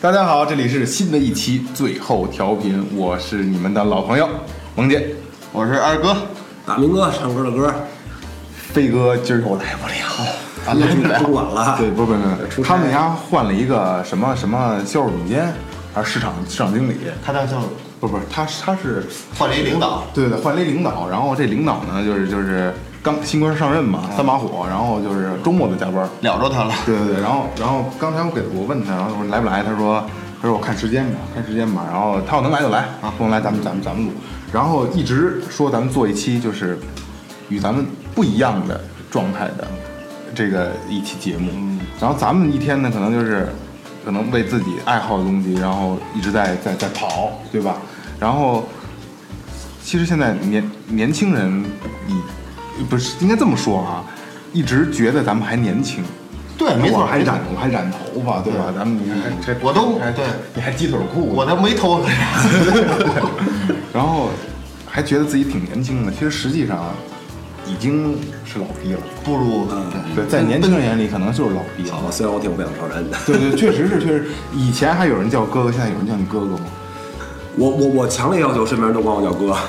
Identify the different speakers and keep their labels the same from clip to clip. Speaker 1: 大家好，这里是新的一期最后调频，我是你们的老朋友萌姐，
Speaker 2: 我是二哥，
Speaker 3: 大明哥唱歌的 歌，
Speaker 1: 飞哥今儿又来不 了，啊，来不
Speaker 3: 不
Speaker 1: 了。
Speaker 3: 管了。
Speaker 1: 对，不是不是不是，
Speaker 3: 出差
Speaker 1: 他们家换了一个什么什么销售总监，还是市场市场经理？
Speaker 2: 他当校
Speaker 1: 不是不是，他他是
Speaker 2: 换了一领导，
Speaker 1: 对对，换了一领导，然后这领导呢，就是就是刚新官上任嘛，
Speaker 2: 啊
Speaker 1: 三把火，然后就是周末都加班。
Speaker 2: 了着他了。
Speaker 1: 对对对，然后然后刚才我给我问他，然后我说来不来？他说他说我看时间吧，看时间吧。然后他要能来就来啊，不能来咱们咱们咱们录。然后一直说咱们做一期就是与咱们不一样的状态的这个一期节目。然后咱们一天呢，可能就是可能为自己爱好的东西，然后一直在在在跑，对吧？然后其实现在年年轻人以不是应该这么说啊，一直觉得咱们还年轻。
Speaker 2: 对，没
Speaker 1: 我
Speaker 2: 错，
Speaker 1: 还染，我还染头发，对吧？咱们你还这，
Speaker 2: 我都
Speaker 1: 还
Speaker 2: 对
Speaker 1: 你还鸡腿裤，
Speaker 2: 我都没偷。
Speaker 1: 然后还觉得自己挺年轻的，其实实际上已经是老逼了。嗯
Speaker 2: 不如
Speaker 1: 对，在年轻人眼里可能就是老逼了。
Speaker 3: 好，虽然我挺不想承认的，
Speaker 1: 对对，确实是，确实，以前还有人叫哥哥，现在有人叫你哥哥吗？
Speaker 3: 我我我强烈要求身边人都管我叫哥。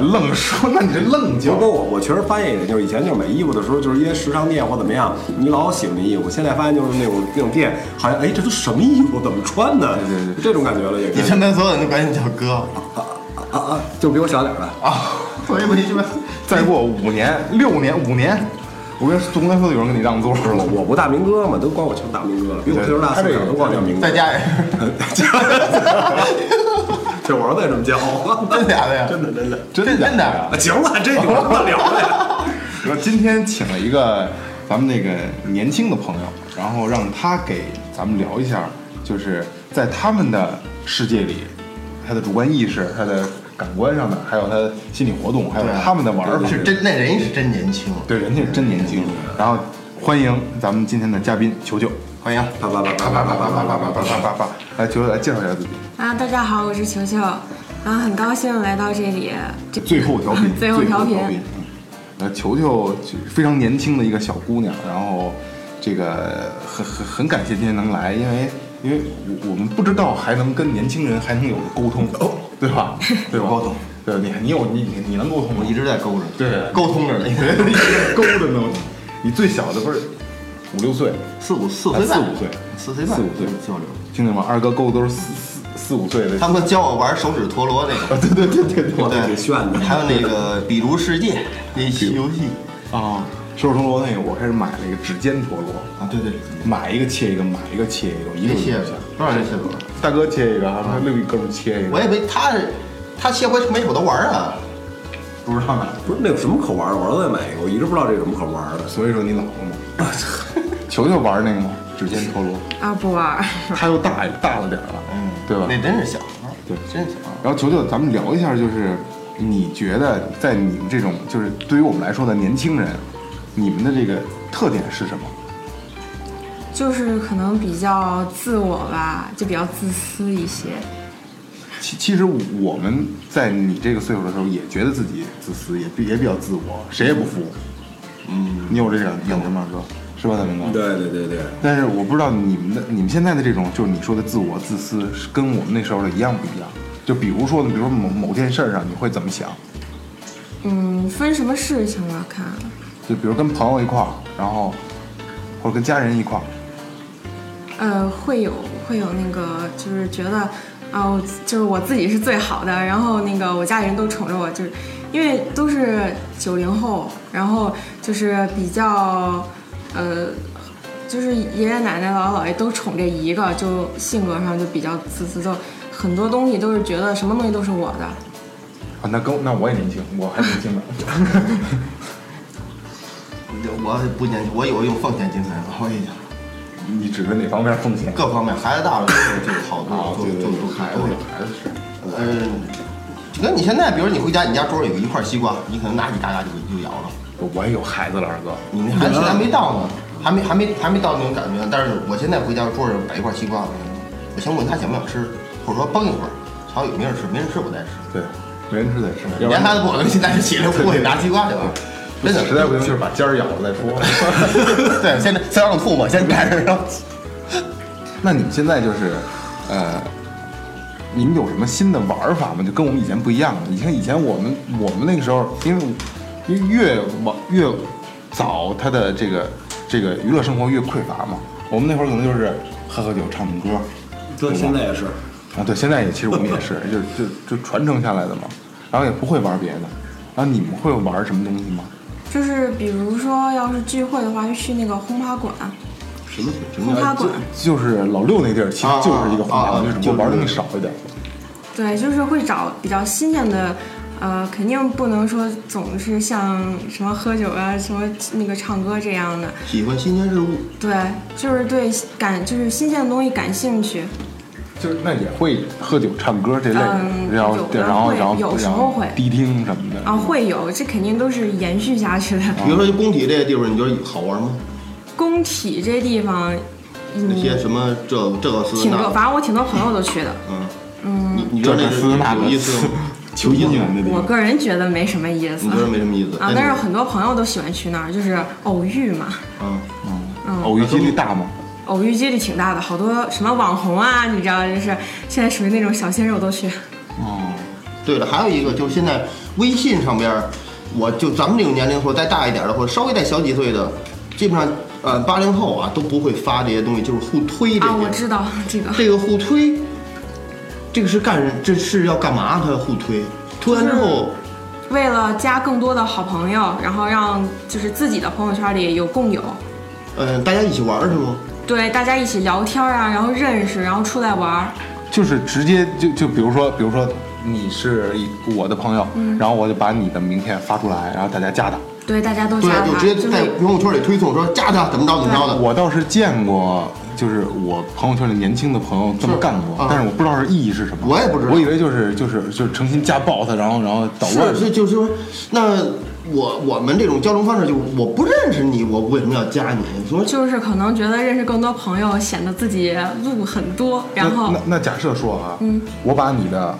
Speaker 1: 愣说，那你这愣叫
Speaker 3: 不，过我我确实发现一点，就是以前就是买衣服的时候，就是一些时尚店或怎么样，你老喜欢的衣服，现在发现就是那种那种店，好像哎这都什么衣服，怎么穿的？
Speaker 1: 对对对
Speaker 3: 这种感觉了也
Speaker 2: 你
Speaker 3: 是。
Speaker 2: 身边所有人都管你叫哥
Speaker 3: 啊啊，就比我小点儿的。
Speaker 2: 啊，所以我一般
Speaker 1: 再过五年、六年、五年，我跟总该说有人给你让座
Speaker 3: 不是
Speaker 1: 了。
Speaker 3: 我，我不大明哥嘛，都管我叫大明哥了，比我岁数大
Speaker 1: 他这
Speaker 3: 四
Speaker 1: 个
Speaker 3: 点儿都管我叫明哥
Speaker 2: 在。家也是
Speaker 3: 这我儿子也这么叫 我，
Speaker 2: 真假的呀？
Speaker 3: 真的真的。
Speaker 1: 真的假
Speaker 2: 真的呀
Speaker 1: 的？
Speaker 3: 啊行了，这有什么聊的呀？
Speaker 1: 然后今天请了一个咱们那个年轻的朋友，然后让他给咱们聊一下，就是在他们的世界里，他的主观意识、他的感官上的，还有他的心理活动，还有他们的玩法。
Speaker 2: 是真，那人是真年轻。
Speaker 1: 对，人家是真年轻。然后欢迎咱们今天的嘉宾球球，
Speaker 2: 欢迎，
Speaker 3: 叭叭叭
Speaker 1: 叭
Speaker 3: 叭叭
Speaker 1: 叭
Speaker 3: 叭
Speaker 1: 叭叭
Speaker 3: 叭叭
Speaker 1: 叭叭
Speaker 3: 叭叭
Speaker 1: 叭叭叭叭，来球球来介绍一下自己。
Speaker 4: 啊，大家好，我是球球，啊，很高兴来到这里。这，
Speaker 1: 最后调频
Speaker 4: 最后调频，
Speaker 1: 嗯那球球就非常年轻的一个小姑娘，然后这个很很很感谢今天能来，因为因为我我们不知道还能跟年轻人还能有沟通，对吧？对吧？
Speaker 2: 沟通，
Speaker 1: 对你你有你你你能沟通吗？
Speaker 2: 我一直在勾着，
Speaker 1: 对
Speaker 2: 沟通着呢，
Speaker 1: 一直 勾着呢，你最小的不是五六岁，
Speaker 2: 四五四岁半，
Speaker 1: 四五岁
Speaker 2: 四岁半，
Speaker 1: 四五岁
Speaker 2: 四五六。
Speaker 1: 听见吗？二哥勾的都是四四四五岁的，
Speaker 2: 他们教我玩手指陀螺那 个。
Speaker 1: 对对对对对
Speaker 3: 哇，这挺炫的。
Speaker 2: 还有那个《比如世界》那期游戏
Speaker 1: 啊！手指陀螺那个，我开始买了一个指尖陀螺，
Speaker 2: 啊，对对，
Speaker 1: 买一个切一个，买一个切一个，一个
Speaker 2: 那
Speaker 1: 一
Speaker 2: 谢
Speaker 1: 个
Speaker 2: 了，多少人谢过？
Speaker 1: 大哥切一个，还有另一哥们儿切一个，
Speaker 2: 我也没他，他谢过没瞅他玩啊，
Speaker 1: 不知道呢。
Speaker 3: 不是那有什么可玩的？我儿子也买一个，我一直不知道这有什么可玩的。
Speaker 1: 所以说你老了吗？球球玩那个吗？指尖陀螺，
Speaker 4: 啊，不玩儿。
Speaker 1: 他又大大了点儿了，
Speaker 2: 嗯，
Speaker 1: 对吧？
Speaker 2: 那真是小，
Speaker 1: 对
Speaker 2: 真小。
Speaker 1: 然后球球，咱们聊一下，就是你觉得在你们这种，就是对于我们来说的年轻人，你们的这个特点是什么？
Speaker 4: 就是可能比较自我吧，就比较自私一些。
Speaker 1: 其其实我们在你这个岁数的时候，也觉得自己自私，也比也比较自我，谁也不服。嗯，你有这感感觉吗，哥？是吧，大明哥？
Speaker 3: 对对对对，
Speaker 1: 但是我不知道你们的你们现在的这种就是你说的自我自私，是跟我们那时候的一样不一样？就比如说，比如说某某件事儿上，你会怎么想？
Speaker 4: 嗯，分什么事情了看，
Speaker 1: 就比如跟朋友一块儿，然后或者跟家人一块儿，
Speaker 4: 呃，会有会有那个，就是觉得啊，我就是我自己是最好的，然后那个我家里人都宠着我，就是因为都是九零后，然后就是比较呃。就是爷爷奶奶、姥姥姥爷都宠这一个，就性格上就比较自私，就很多东西都是觉得什么东西都是我的。
Speaker 1: 啊，那跟那我也年轻，我还年轻呢。
Speaker 2: 我不年轻，我有一种奉献精神，我跟你讲，
Speaker 1: 你指的哪方面风险？
Speaker 2: 各方面孩子大了就就好
Speaker 1: 啊，
Speaker 2: 多，
Speaker 1: 对对
Speaker 2: 就就
Speaker 1: 对，
Speaker 2: 就
Speaker 1: 孩子
Speaker 2: 多了
Speaker 1: 孩子是，
Speaker 2: 嗯，就跟你现在，比如你回家，你家桌上有一块西瓜，你可能拿起嘎嘎就就咬了。
Speaker 1: 我也有孩子了，儿子。
Speaker 2: 你那还现在没到呢，还没还没还没到那种感觉。但是我现在回家桌上摆一块西瓜，我先问他想不想吃，或者说崩一会儿，瞧有没人吃，没人吃我再吃。
Speaker 1: 对，没人吃得吃，要不
Speaker 2: 连
Speaker 1: 然
Speaker 2: 孩子不可能现在就起来过去拿西瓜去吧？真的
Speaker 1: 实在不行就是把尖儿咬了再说。
Speaker 2: 对，先先让吐沫，先赶上。
Speaker 1: 那你们现在就是，呃，你们有什么新的玩儿法吗？就跟我们以前不一样了。你看以前我们我们那个时候，因为因为越往越早，他的这个这个娱乐生活越匮乏嘛。我们那会儿可能就是喝喝酒、唱唱歌，
Speaker 3: 对，现在也是，
Speaker 1: 啊，对，现在也其实我们也是，就就就传承下来的嘛，然后也不会玩别的。然后你们会玩什么东西吗？
Speaker 4: 就是比如说，要是聚会的话，就去那个轰趴馆。
Speaker 1: 什么
Speaker 4: 轰趴
Speaker 1: 啊
Speaker 4: 馆？
Speaker 1: 嗯就是老六那地儿，其实就是一个花馆，啊就是只不过玩的东西少一点。
Speaker 4: 对，就是会找比较新鲜的，呃，肯定不能说总是像什么喝酒啊、什么那个唱歌这样的。
Speaker 2: 喜欢新鲜事物，
Speaker 4: 对，就是对感就是新鲜的东西感兴趣。
Speaker 1: 就是那也会喝酒、唱歌这类的，
Speaker 4: 嗯
Speaker 1: 然后
Speaker 4: 有的
Speaker 1: 然后
Speaker 4: 会
Speaker 1: 然后
Speaker 4: 有时候
Speaker 1: 然后
Speaker 4: 会
Speaker 1: 迪厅什么的
Speaker 4: 啊，会有，这肯定都是延续下去的。
Speaker 2: 比如说就工体这个地方，你觉得好玩吗？
Speaker 4: 工体这地方，
Speaker 2: 那
Speaker 4: 嗯，
Speaker 2: 些什么这这个斯
Speaker 4: 挺
Speaker 2: 那
Speaker 4: 多，
Speaker 2: 个，
Speaker 4: 反正我挺多朋友都去的。
Speaker 2: 嗯嗯，你你觉得
Speaker 1: 这
Speaker 2: 那
Speaker 1: 个斯那
Speaker 2: 是
Speaker 1: 个
Speaker 2: 有意思吗？
Speaker 1: 求姻缘的地
Speaker 4: 我
Speaker 1: 方。
Speaker 4: 个人觉得没什么意思
Speaker 2: 你觉得没什么意思？
Speaker 4: 啊，
Speaker 2: 那
Speaker 4: 但
Speaker 2: 你
Speaker 4: 是很多朋友都喜欢去那儿，就是偶遇嘛，
Speaker 2: 嗯，
Speaker 1: 偶遇几率大吗？
Speaker 4: 偶遇几率挺大的，好多什么网红啊，你知道，就是现在属于那种小鲜肉都去。
Speaker 1: 哦，
Speaker 2: 对了，还有一个就是现在微信上边儿，我就咱们这个年龄或者再大一点儿的，或者稍微再小几岁的，基本上呃八零后啊都不会发这些东西，就是互推这
Speaker 4: 啊，我
Speaker 2: 些。
Speaker 4: 知道这个，
Speaker 2: 这个互推，这个是干这是要干嘛？他要互推，推完之后，
Speaker 4: 为了加更多的好朋友，然后让就是自己的朋友圈里有共有，
Speaker 2: 呃，大家一起玩儿是吗？
Speaker 4: 对，大家一起聊天啊，然后认识，然后出来玩儿。
Speaker 1: 就是直接就就比如说比如说你是一我的朋友，然后我就把你的名片发出来，然后大家加他。
Speaker 4: 对，大家都
Speaker 2: 对
Speaker 4: 加
Speaker 2: 啊，就
Speaker 4: 他，
Speaker 2: 直接
Speaker 4: 就
Speaker 2: 在
Speaker 4: 是
Speaker 2: 朋友圈里推送说加他怎么着怎么着的。
Speaker 1: 我倒是见过，就是我朋友圈里年轻的朋友这么干过，
Speaker 2: 是啊
Speaker 1: 但是我不知道是意义是什么。
Speaker 2: 我也不知道
Speaker 1: 我以为就是就是就是诚心家暴他，然后然后捣乱
Speaker 2: 是。是，就是说，那我我们这种交流方式就是我不认识你，我为什么要加你？你说
Speaker 4: 就是可能觉得认识更多朋友，显得自己路很多，然后嗯
Speaker 1: 那那那假设说啊，我把你的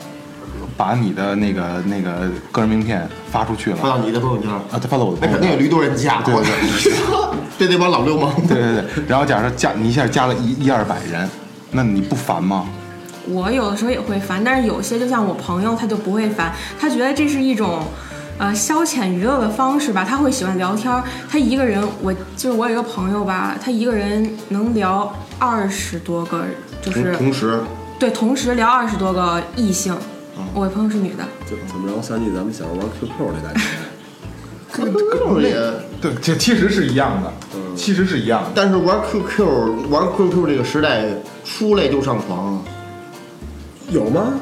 Speaker 1: 把你的那个那个个人名片发出去了
Speaker 2: 发到你的朋友圈，
Speaker 1: 啊，他发到我的
Speaker 2: 那
Speaker 1: 朋友
Speaker 2: 肯定有
Speaker 1: 圈。
Speaker 2: 驴多人加，
Speaker 1: 对
Speaker 2: 我操，这那帮老流氓。
Speaker 1: 对对对，然后假设加你一下加了一一二百人，那你不烦吗？
Speaker 4: 我有的时候也会烦，但是有些就像我朋友，他就不会烦，他觉得这是一种。呃，消遣娱乐的方式吧，他会喜欢聊天儿。他一个人，我就是我有一个朋友吧，他一个人能聊二十多个，
Speaker 1: 哎
Speaker 4: 就是
Speaker 2: 同时，
Speaker 4: 对同时聊二十多个异性。
Speaker 2: 嗯
Speaker 4: 我朋友是女的，
Speaker 3: 就怎么着？我想起咱们小时候玩 QQ 这感觉，
Speaker 2: 这个，
Speaker 1: 对，这其实是一样的，其实是一样的。
Speaker 2: 但是玩 QQ 玩 QQ 这个时代，出来就上床，
Speaker 3: 有吗？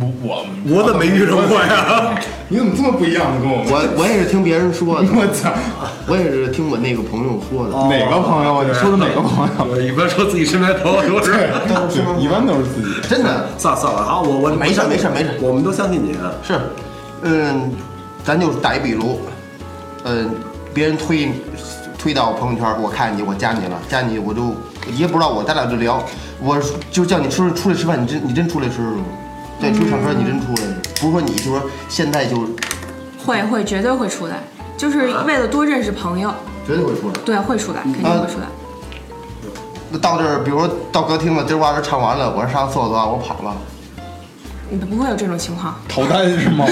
Speaker 1: 我我
Speaker 3: 我怎么没遇着过呀？
Speaker 1: 你怎么这么不一样呢？跟我们，
Speaker 2: 我我也是听别人 说的，
Speaker 1: 我操，
Speaker 2: 我也是听我那个朋友说的。
Speaker 1: 哪个朋友啊？你说的哪个朋友？
Speaker 3: 我一般说自己身边朋友都是。
Speaker 1: 对，一般都是自己。
Speaker 2: 真的
Speaker 3: 算了算了，好，我我
Speaker 2: 没事没事没事
Speaker 3: 我们都相信你。啊
Speaker 2: 是，嗯，咱就打一比如，嗯，别人推推到我朋友圈，我看你，我加你了，加你我就你也不知道我，咱俩就聊，我就叫你出去出来吃饭，你真你真出来吃了吗？叫你出去唱歌，你真出来了？不是说你就说现在就
Speaker 4: 会
Speaker 2: 嗯
Speaker 4: 会绝对会出来，就是为了多认识朋友，
Speaker 2: 绝对会出来。
Speaker 4: 对，会出来，肯定
Speaker 2: 嗯
Speaker 4: 会出来。
Speaker 2: 那到这儿，比如说到歌厅了，今儿晚上唱完了，我上厕所，啊我跑了，
Speaker 4: 你不会有这种情况。
Speaker 1: 逃单 是吗？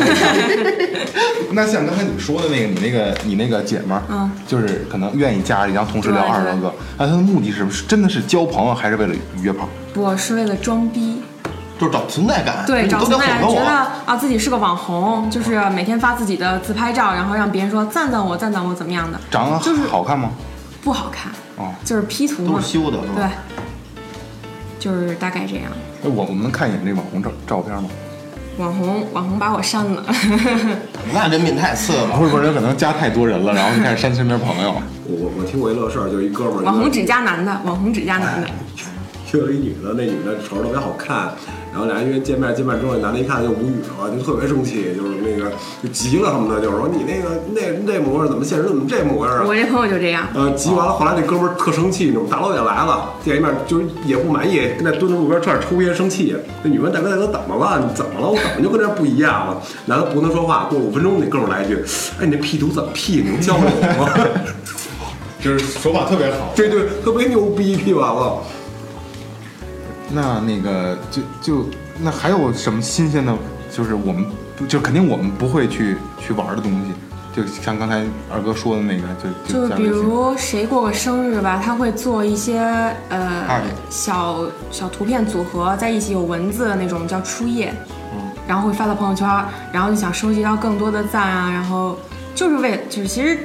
Speaker 1: 那像刚才你说的那个，你那个你那个姐们儿，
Speaker 4: 嗯
Speaker 1: 就是可能愿意加一张，同时聊
Speaker 4: 对
Speaker 1: 二十多个，那她的目的是什么？是真的是交朋友，还是为了约炮？
Speaker 4: 我是为了装逼，
Speaker 2: 就是找存在感，
Speaker 4: 对，
Speaker 2: 啊你
Speaker 4: 找
Speaker 2: 都
Speaker 4: 存
Speaker 2: 得
Speaker 4: 在
Speaker 2: 哄
Speaker 4: 感，
Speaker 2: 着
Speaker 4: 觉
Speaker 2: 我
Speaker 4: 得。啊自己是个网红，就是每天发自己的自拍照，然后让别人说赞赞我，赞赞我怎么样的，
Speaker 1: 长得
Speaker 4: 就是
Speaker 1: 好看吗？
Speaker 4: 不好看，
Speaker 1: 哦
Speaker 4: 就是 P 图
Speaker 2: 都
Speaker 4: 嘛
Speaker 2: 是，修的，是
Speaker 4: 对
Speaker 2: 吧？，
Speaker 4: 就是大概这样。
Speaker 1: 哎我我们能看一眼这网红照照片吗？
Speaker 4: 网红网红把我删了。
Speaker 2: 那人品太次了。
Speaker 1: 不是不是，有可能加太多人了，然后就开始删身边朋友。
Speaker 3: 我我我听过一乐事儿，就是一哥们儿
Speaker 4: 网红
Speaker 3: 约
Speaker 4: 只加男的，网红只加
Speaker 2: 哎
Speaker 4: 男的。
Speaker 3: 约了一女的，那女的瞅着特别好看，然后俩人约见面，见面之后，那男的一看就无语了，就特别生气，就是那个就急了什么的，就是说你那个那那模样怎么现实怎么这模样啊？
Speaker 4: 我这朋友就这样，
Speaker 3: 呃，急完了，后来那哥们儿特生气，你知道吗？大老远来了，见一面就是也不满意，跟那蹲在路边差点抽烟生气。那女问大哥大哥怎么了？你怎么了？我怎么就跟这不一样了？男的不能说话，过五分钟那哥们儿来一句：“哎，你那 P 图怎么 P？你能教教我吗。
Speaker 5: 就是手法特别好？”
Speaker 3: 这对特别牛逼，P 完了。
Speaker 1: 那那个就就那还有什么新鲜的？就是我们就肯定我们不会去去玩的东西，就像刚才二哥说的那个，就
Speaker 4: 就
Speaker 1: 加
Speaker 4: 比
Speaker 1: 微信
Speaker 4: 如谁过个生日吧，他会做一些呃
Speaker 2: 二位
Speaker 4: 小小图片组合在一起，有文字的那种叫初夜，然后会发到朋友圈，然后就想收集到更多的赞啊，然后就是为就是其实。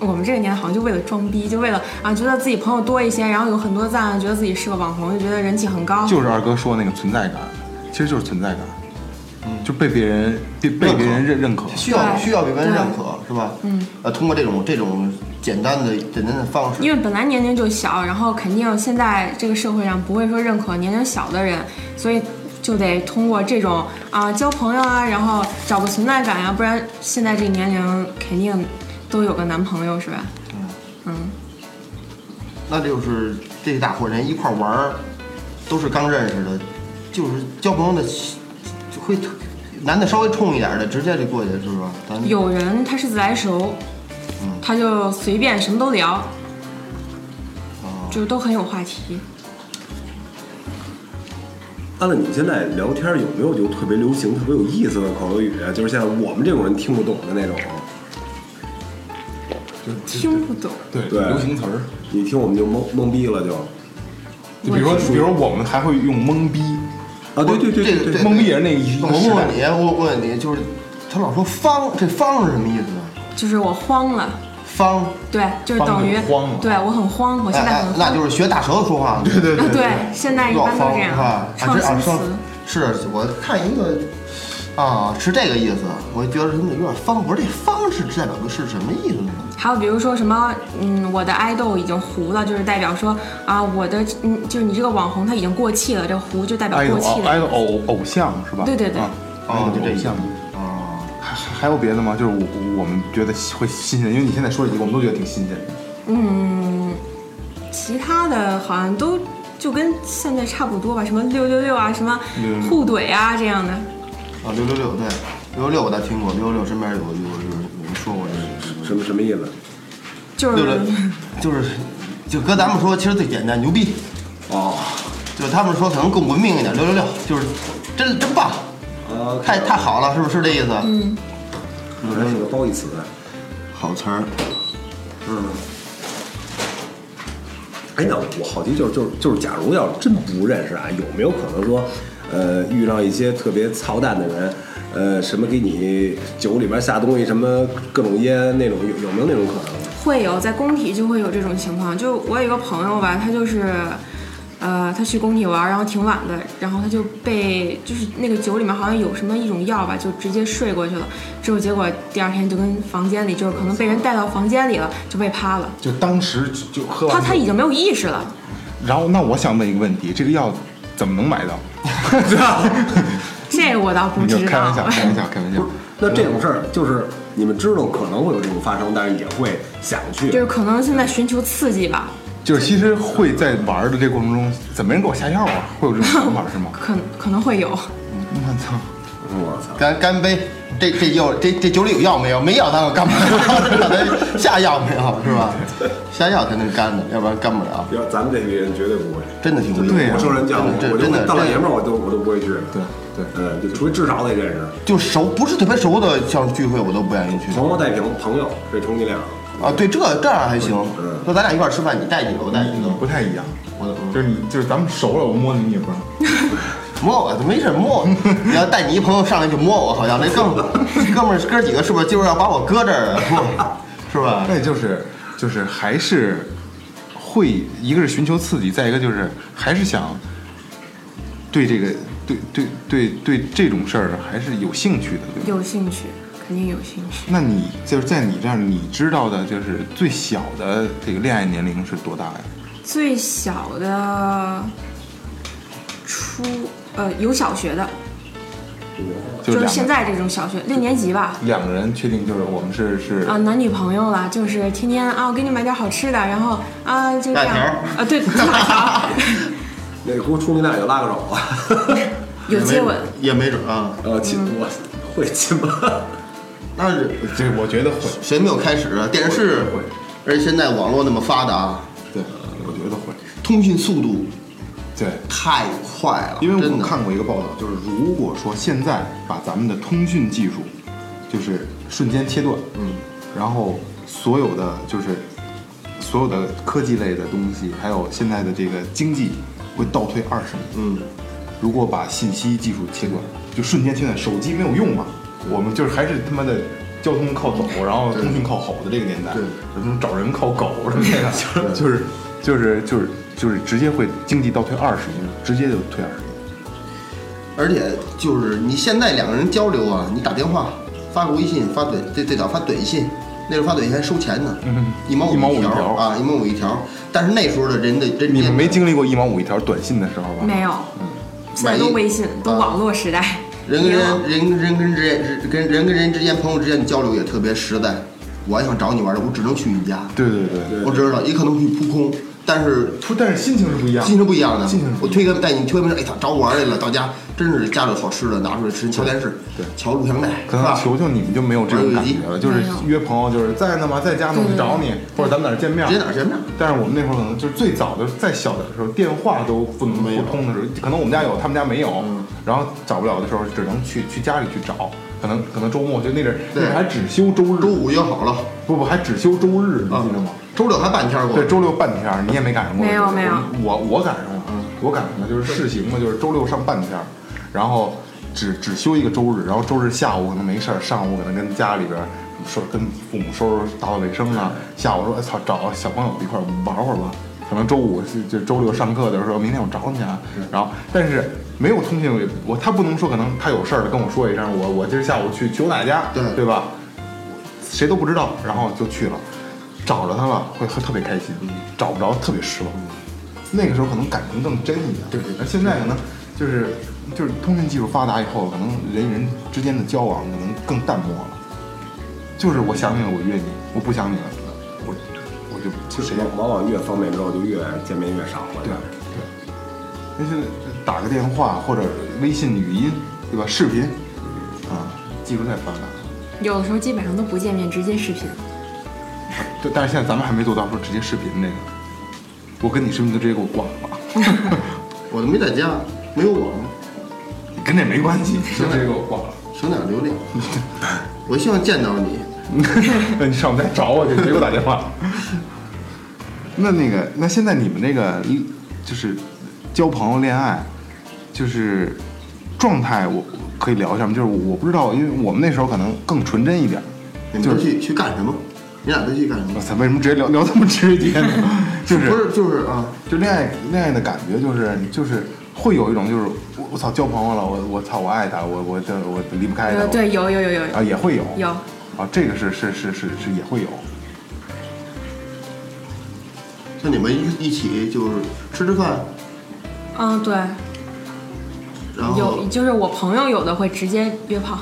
Speaker 4: 我们这个年好像就为了装逼，就为了啊，觉得自己朋友多一些，然后有很多赞，啊觉得自己是个网红，就觉得人气很高。
Speaker 1: 就是二哥说那个存在感，其实就是存在感，就被别人被被别人嗯认认可。
Speaker 2: 需要
Speaker 4: 对
Speaker 2: 需要被别人
Speaker 4: 对
Speaker 2: 认可是吧？嗯，呃，通过这种这种简单的简单的方式，
Speaker 4: 因为本来年龄就小，然后肯定现在这个社会上不会说认可年龄小的人，所以就得通过这种啊、交朋友啊，然后找个存在感呀、不然现在这年龄肯定都有个男朋友是吧？嗯，
Speaker 2: 那就是这一大伙人一块儿玩儿，都是刚认识的，就是交朋友的就会特男的稍微冲一点的，直接就过去是吧？咱
Speaker 4: 有人他是自来熟，
Speaker 1: 嗯
Speaker 4: 他就随便什么都聊，
Speaker 1: 哦
Speaker 4: 就是都很有话题。
Speaker 3: 按照你们现在聊天，有没有就特别流行、特别有意思的口头语？啊就是像我们这种人听不懂的那种。
Speaker 4: 听不懂，
Speaker 1: 对
Speaker 3: 对
Speaker 1: 流行词儿。
Speaker 3: 你听我们就懵懵逼了就，
Speaker 1: 就比如说，比如说我们还会用懵逼，
Speaker 3: 啊，对对对
Speaker 2: 这
Speaker 3: 对
Speaker 2: 这
Speaker 3: 对，
Speaker 1: 懵逼也是那一一
Speaker 2: 我
Speaker 1: 个
Speaker 2: 问
Speaker 1: 时代
Speaker 2: 问。你，我问问你，就是他老说方，这方是什么意思啊？
Speaker 4: 就是我慌了，
Speaker 2: 方，
Speaker 4: 对，就是
Speaker 1: 慌
Speaker 4: 等
Speaker 1: 就
Speaker 4: 于
Speaker 1: 慌了
Speaker 4: 对我很慌，我
Speaker 2: 哎
Speaker 4: 现在
Speaker 2: 哎
Speaker 4: 很，
Speaker 2: 那就是学大舌头说话的。对对
Speaker 4: 啊， 对，现在一般都这样，
Speaker 2: 啊，
Speaker 4: 创
Speaker 2: 这啊
Speaker 4: 新词
Speaker 2: 双。是我看一个啊，是这个意思，我觉得什么有点方，不是这方是代表的是什么意思呢？
Speaker 4: 还有比如说什么，嗯，我的爱豆已经糊了，就是代表说啊，我的，嗯，就是你这个网红他已经过气了，这糊就代表
Speaker 1: 爱豆
Speaker 4: 过气
Speaker 1: 偶爱豆
Speaker 4: 了。
Speaker 1: 偶偶像是吧？
Speaker 4: 对对对
Speaker 1: 啊
Speaker 2: 哦
Speaker 1: 爱豆
Speaker 2: 就这
Speaker 1: 偶
Speaker 2: 意思
Speaker 1: 像。
Speaker 2: 啊，
Speaker 1: 哦还还还有别的吗？就是我我们觉得会新鲜，因为你现在说这几个，我们都觉得挺新鲜的。
Speaker 4: 嗯，其他的好像都就跟现在差不多吧，什么六六六啊，什么
Speaker 1: 666
Speaker 4: 互怼啊这样的。
Speaker 2: 啊，六六六，对，六六六我倒听过，六六六身边有有有有人说过这
Speaker 3: 什么什么意思？
Speaker 4: 就是
Speaker 2: 个，六六
Speaker 4: 嗯
Speaker 2: 就是就搁咱们说，其实最简单，牛逼，
Speaker 3: 哦，
Speaker 2: 就是他们说可能更文明一点，六六六就是真真棒，
Speaker 3: 啊，
Speaker 2: 太太好了，是不是是这意思？
Speaker 4: 嗯，
Speaker 3: 还是个褒义词。
Speaker 2: 好词儿，
Speaker 3: 嗯。哎，那我好奇就是就是就是，假如要真不认识啊，有没有可能说，呃，遇上一些特别操蛋的人，呃，什么给你酒里边下东西，什么各种烟那种，有有没有那种可能？
Speaker 4: 会有在工体就会有这种情况。就我有一个朋友吧，他就是，呃，他去工体玩，然后挺晚的，然后他就被就是那个酒里面好像有什么一种药吧，就直接睡过去了。之后结果第二天就跟房间里就是可能被人带到房间里了，就被趴了。
Speaker 1: 就当时就就喝
Speaker 4: 他
Speaker 1: 完酒
Speaker 4: 他已经没有意识了，
Speaker 1: 然后那我想问一个问题，这个药怎么能买 到？对吧？
Speaker 4: 这我倒不
Speaker 1: 你就
Speaker 4: 知
Speaker 1: 开玩
Speaker 4: 道
Speaker 1: 笑，。开玩笑，开玩笑。
Speaker 3: 那这种事儿就是你们知道可能会有这种发生，但是也会想去。
Speaker 4: 就是可能现在寻求刺激吧，
Speaker 1: 就是其实会在玩的这过程中，怎么人给我下药啊？会有这种想法是 吗？
Speaker 4: 可可能会有。
Speaker 1: 我操！
Speaker 3: 我操！
Speaker 2: 干干杯！这这药这这酒里有药没有？没药咱可 干不了，咱下药没有是吧？下药才能干的，要不然干不了。
Speaker 3: 要咱们这批人绝对不会。
Speaker 2: 真的挺危
Speaker 1: 对
Speaker 2: 险
Speaker 1: 呀
Speaker 3: 我，受人教育，
Speaker 2: 真的
Speaker 3: 我就
Speaker 2: 真的
Speaker 3: 大老爷们儿，我都我都不会去。
Speaker 1: 对对
Speaker 3: 嗯，就除非至少得认识，
Speaker 2: 就熟不是特别熟的，像聚会我都不愿意去。
Speaker 3: 朋友带朋朋友，这充其量。
Speaker 2: 啊，对，这这样还行
Speaker 3: 嗯。
Speaker 2: 说咱俩一块儿吃饭，你带几个，我带几个
Speaker 1: 你。不太一样，嗯
Speaker 2: 我我
Speaker 1: 就是你就是咱们熟了，我摸你你也不让。
Speaker 2: 摸我，没事摸我。你要带你一朋友上来就摸我，好像那更 哥们儿哥几个是不是就是要把我搁这儿啊？是吧？
Speaker 1: 那就是就是还是会一个是寻求刺激，再一个就是还是想对这个对对对对这种事儿还是有兴趣的，对吧？
Speaker 4: 有兴趣，肯定有兴趣。
Speaker 1: 那你就是在你这儿，你知道的就是最小的这个恋爱年龄是多大呀？
Speaker 4: 最小的初呃有小学的，
Speaker 1: 就
Speaker 4: 就是是
Speaker 1: 两
Speaker 4: 现
Speaker 1: 个
Speaker 4: 在这种小学六年级吧。
Speaker 1: 两个人确定就是我们是是
Speaker 4: 啊，男女朋友了，就是天天啊，我给你买点好吃的，然后啊，就这样
Speaker 2: 辣条儿
Speaker 4: 啊，对，辣条儿
Speaker 3: 那估出你俩就拉个手啊。
Speaker 4: 有接吻，
Speaker 2: 也没准啊。
Speaker 3: 呃，亲，我会亲吗？
Speaker 2: 那是
Speaker 1: 这我觉得会，
Speaker 2: 谁没有开始啊？电视
Speaker 1: 会会，
Speaker 2: 而且现在网络那么发达，
Speaker 1: 对，我觉得会，
Speaker 2: 通讯速度
Speaker 1: 对，
Speaker 2: 太快了，
Speaker 1: 因为
Speaker 2: 真
Speaker 1: 我
Speaker 2: 的
Speaker 1: 看过一个报道，就是如果说现在把咱们的通讯技术，就是瞬间切断，嗯，然后所有的就是所有的科技类的东西，还有现在的这个经济会倒退二十年，嗯，如果把信息技术切断，就瞬间切断，手机没有用嘛，我们就是还是他妈的。交通靠走，然后通讯靠吼的这个年代，
Speaker 2: 对
Speaker 1: 什么找人靠狗什么的，就是就是就是就是直接会经济倒退二十年，直接就退二十年。
Speaker 2: 而且就是你现在两个人交流啊，你打电话、发个微信、发短最最早发短信，那时候发短信还收钱呢，一毛
Speaker 1: 嗯一毛五
Speaker 2: 一
Speaker 1: 一条
Speaker 2: 啊，一毛五一条。但是那时候的人的人
Speaker 1: 你们没
Speaker 2: 经
Speaker 1: 经历过一毛五一条短信的时候吧？
Speaker 4: 没有，
Speaker 2: 嗯
Speaker 4: 现在都微信，都
Speaker 2: 啊
Speaker 4: 网络时代，
Speaker 2: 人跟
Speaker 4: 联网
Speaker 2: 人人跟人跟之间跟人跟人之间朋友之间的交流也特别实在。我要想找你玩儿，我只能去你家，
Speaker 1: 对对对对。
Speaker 2: 我知道也可能去扑空，但是
Speaker 1: 不，但是心情是不一样
Speaker 2: 心情不一样的
Speaker 1: 心情。不
Speaker 2: 我
Speaker 1: 一样。
Speaker 2: 推开带你推开门，哎操，找我玩儿来了，到家真是家里好吃的，拿出来吃，瞧电视，
Speaker 1: 对
Speaker 2: 瞧录像带，
Speaker 1: 可
Speaker 2: 是
Speaker 1: 能
Speaker 2: 吧
Speaker 1: 球球你们就没有这种感觉了，就是
Speaker 4: 没有
Speaker 1: 约朋友就是在那吗？在家呢，我去找你，或者咱们哪儿见面？
Speaker 2: 直接哪儿见面？
Speaker 1: 但是我们那会儿可能就是最早的，再小的时候，电话都不能不通的时候，可能我们家有，他嗯们家没有，然后找不了的时候，只能去去家里去找。可能可能周末就那阵儿，那
Speaker 2: 对
Speaker 1: 阵儿还只休周日，
Speaker 2: 周五约好了。啊
Speaker 1: 不不还只休周日，你记得吗？
Speaker 2: 周六还半天过
Speaker 1: 嗯对，，周六半天儿，你也没赶上过。
Speaker 4: 没有没有
Speaker 1: 我我赶上了，啊我赶上了，就是试行嘛，就是周六上半天儿，然后只只休一个周日，然后周日下午可能没事儿，上午可能跟家里边儿收跟父母收拾打扫卫生啊，下午说哎操找小朋友一块儿玩会儿吧。可能周五是就周六上课的时候，明天我找你啊。然后，但是没有通信，我他不能说可能他有事儿了跟我说一声，我我今儿下午去去我奶奶家，
Speaker 2: 对
Speaker 1: 对吧？谁都不知道，然后就去了，找着他了，会会特别开心，找不着特别失望。那个时候可能感情更真一点，对而现在可能就是就是通讯技术发达以后，可能人与人之间的交往可能更淡漠了。就是我想你了，我约你；我不想你了，我我就
Speaker 3: 就
Speaker 1: 就是谁
Speaker 3: 往往往越方便之后，就越见面越少了。
Speaker 1: 对对，那就打个电话或者微信语音，对吧？视频啊，技术太发达了。
Speaker 4: 有的时候基本上都不见面，直接视频。
Speaker 1: 对，但是现在咱们还没做到说直接视频这个。我跟你视频都直接给我挂了，
Speaker 2: 我都没在家，没有网，
Speaker 1: 跟这没关系，就直接给我 挂了。
Speaker 2: 省点流量。我希望见到你，
Speaker 1: 那你上我们家找我去，别给我打电 话。那那个，那现在你们那个就是交朋友、恋爱，就是状态，我可以聊一下吗？就是我不知道，因为我们那时候可能更纯真一点。
Speaker 2: 你们都去去干什么？你俩都去干什
Speaker 1: 我
Speaker 2: 么？
Speaker 1: 操，为什么直接聊聊这么直接呢？ 就是
Speaker 2: 不是就是啊，
Speaker 1: 就恋爱恋爱的感觉，就是就是会有一种就是我我操交朋友了，我我操我爱他，我我这我离不开他。
Speaker 4: 呃，对，有有有有
Speaker 1: 啊，也会有
Speaker 4: 有
Speaker 1: 啊，这个是是是是是也会有。
Speaker 2: 像你们一一起就是吃吃饭，
Speaker 4: 嗯，对，
Speaker 2: 然后
Speaker 4: 有就是我朋友有的会直接约炮，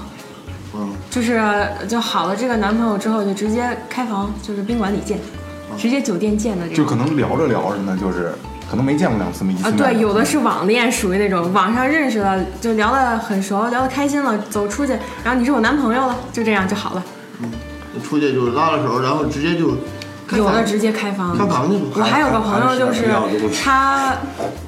Speaker 2: 嗯，
Speaker 4: 就是就好了这个男朋友之后就直接开房，就是宾馆里见，
Speaker 2: 哦
Speaker 4: 直接酒店见的这
Speaker 1: 就
Speaker 4: 种。
Speaker 1: 可能聊着聊着呢，就是可能没见过两次面，一次
Speaker 4: 啊，
Speaker 1: 面
Speaker 4: 对，有的
Speaker 1: 两次
Speaker 4: 是网恋，属于那种网上认识了，就聊得很熟，聊得开心了，走出去，然后你是我男朋友了，就这样就好了。
Speaker 2: 出去就拉拉手，然后直接就开
Speaker 4: 有的
Speaker 2: 房
Speaker 4: 直接开房。
Speaker 2: 开房去吧。
Speaker 4: 我还有个朋友，就
Speaker 3: 还
Speaker 4: 是
Speaker 3: 是还是比较
Speaker 4: 她，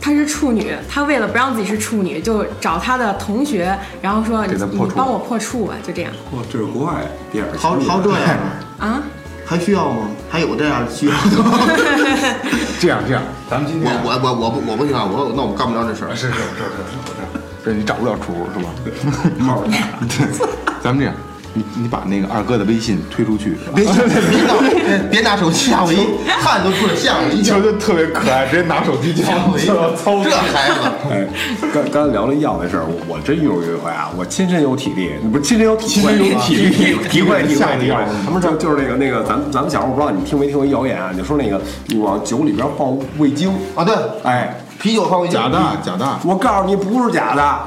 Speaker 4: 她是处女，她为了不让自己是处女，就找她的同学，然后说你
Speaker 1: 给她破
Speaker 4: 你
Speaker 1: 处
Speaker 4: 帮我破处吧，就这样
Speaker 3: 哇，哦这是国外电影，
Speaker 2: 好好这样啊，
Speaker 4: 啊。
Speaker 2: 还需要吗？还有这样需要的吗？
Speaker 1: 面这样这样，咱们今
Speaker 2: 我
Speaker 1: 天
Speaker 2: 我我我不我不行啊，我那我干不了这事儿。
Speaker 1: 是是是是是是，这你找不了厨是吧？
Speaker 3: 帽儿。
Speaker 1: 对，咱们这样，你你把那个二哥的微信推出去，
Speaker 2: 别 别闹，别拿手机啊吓我 一汗都出来，吓我一
Speaker 1: 就
Speaker 2: 跳，
Speaker 1: 就特别可爱，直接拿手机
Speaker 2: 吓
Speaker 1: 讲
Speaker 2: 我一跳，这孩子。
Speaker 3: 哎，刚刚才聊了药那事儿，我我真用过一回啊，我亲身有体力，不是亲身有体会，亲身有体力，体会 体
Speaker 1: 吓
Speaker 3: 会
Speaker 1: 我一
Speaker 3: 体
Speaker 1: 跳
Speaker 3: 会。什么事儿？就是那个那个，咱们咱们小时候，我不知道你听没听过谣言啊，就说那个你往酒里边放味精，
Speaker 2: 啊，对，
Speaker 3: 哎，
Speaker 2: 啤酒放味 精
Speaker 1: 假的假的，
Speaker 3: 我告诉你不是假的，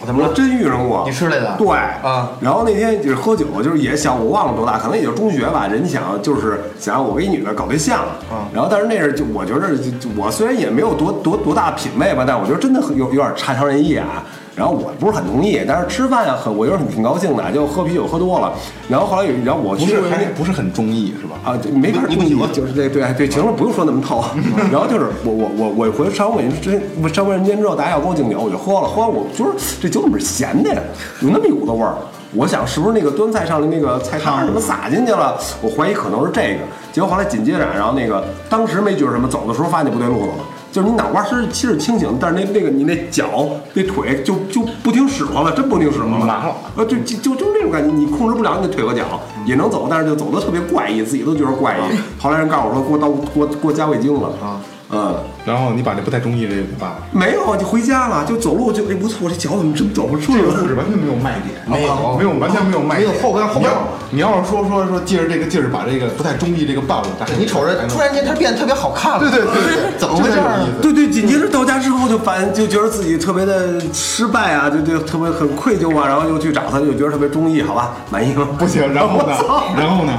Speaker 2: 哦怎么
Speaker 3: 我
Speaker 2: 了？
Speaker 3: 真遇上过。
Speaker 2: 你吃来的？
Speaker 3: 对
Speaker 2: 啊，
Speaker 3: 然后那天就是喝酒，就是也想我忘了多大，可能也就是中学吧。人想就是想让我跟一女的搞对象，
Speaker 1: 啊
Speaker 3: 然后但是那是就我觉得就就我虽然也没有多多多大品味吧，但我觉得真的很有有点差强人意啊。然后我不是很同意，但是吃饭呀、很我有点挺高兴的，就喝啤酒喝多了。然后后来有，然后我
Speaker 1: 不
Speaker 3: 去
Speaker 1: 是
Speaker 3: 过一个
Speaker 1: 还不是很中意是吧？
Speaker 3: 啊，对没法
Speaker 2: 你
Speaker 3: 注
Speaker 2: 不
Speaker 3: 意
Speaker 2: 喜欢
Speaker 3: 就是这对对，行了，不用说那么透。 然后就是我我我我回上回之前上回人间之后，大家要给我敬酒，我就喝了，喝完我就是这酒怎么是咸的呀？有那么一股子味儿。我想是不是那个端菜上的那个菜汤什么撒进去了？我怀疑可能是这个。结果后来紧接着，然后那个当时没觉得什么，走的时候发现不对路子了。就是你脑瓜是其实清醒，但是那那个你那脚那腿就就不听使唤了，真不听使唤了，
Speaker 1: 麻了
Speaker 3: 呃，对，就就就是那种感觉，你控制不了你的腿和脚，也能走，但是就走的特别怪异，自己都觉得怪
Speaker 1: 嗯
Speaker 3: 异。后来人告诉我说，给我倒给我给我加味精了啊，嗯，
Speaker 1: 然后你把那不太中意的给办了，
Speaker 3: 没有，就回家了，就走路就哎不错，这脚怎么真走不顺
Speaker 1: 这个
Speaker 3: 了
Speaker 1: 故？事完全没有卖点，
Speaker 2: 没有
Speaker 1: 没有完全没有卖点，
Speaker 2: 没有后边后边
Speaker 1: 你要你要是说说说借着这个劲儿把这个不太中意这个办了，但是哎
Speaker 2: 你瞅着，突然间他变得特别好看了。对对对， 怎么回事
Speaker 1: 真的有
Speaker 2: 啊
Speaker 1: 意？思
Speaker 3: 对对，紧接着到家之后就反就觉得自己特别的失败啊，就就特别很愧疚啊，然后又去找他，就觉得特别中意，好吧，满意吗？
Speaker 1: 不行，然 后呢
Speaker 3: 我操，
Speaker 1: 然后呢，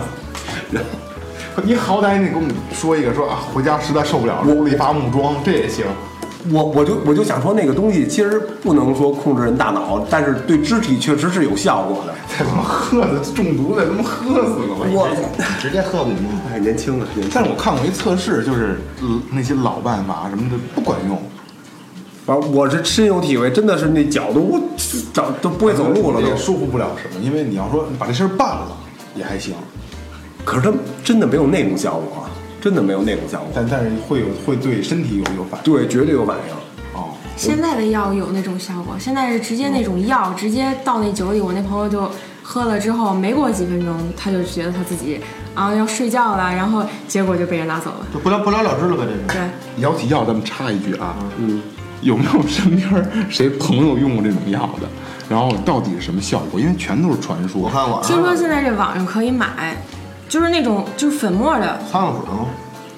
Speaker 1: 你好歹你给我们说一个，说啊回家实在受不了，揉了一发木桩，这也行，
Speaker 3: 我我就我就想说，那个东西其实不能说控制人大脑，但是对肢体确实是有效果的。
Speaker 1: 再他妈喝死中毒，再他妈喝死了吧。
Speaker 2: 直接喝不赢。
Speaker 3: 哎，年轻啊，年轻。
Speaker 1: 但是我看过一测试，就是嗯那些老办法什么的不管用，
Speaker 3: 反正我是深有体会，真的是那脚都长都不会走路了
Speaker 1: 也
Speaker 3: 都。
Speaker 1: 舒服不了什么，因为你要说你把这事儿办了也还行，
Speaker 3: 可是它真的没有那种效果，真的没有那种效果。
Speaker 1: 但但是会有会对身体有有反应
Speaker 3: 对，绝对有反应。
Speaker 1: 哦。
Speaker 4: 现在的药有那种效果，现在是直接那种药直接倒那酒里，我那朋友就喝了之后，没过几分钟他就觉得他自己啊要睡觉了，然后结果就被人拿走了。
Speaker 2: 就不了不了了之了呗，这
Speaker 4: 对
Speaker 2: 是。，
Speaker 1: 聊起药，咱们插一句啊，嗯，有没有身边儿谁朋友用过这种药的？然后到底是什么效果？因为全都是传说。
Speaker 2: 我啊看网
Speaker 4: 听说
Speaker 2: 上
Speaker 4: 现在这网上可以买，就是那种就是粉末的，
Speaker 2: 仓鼠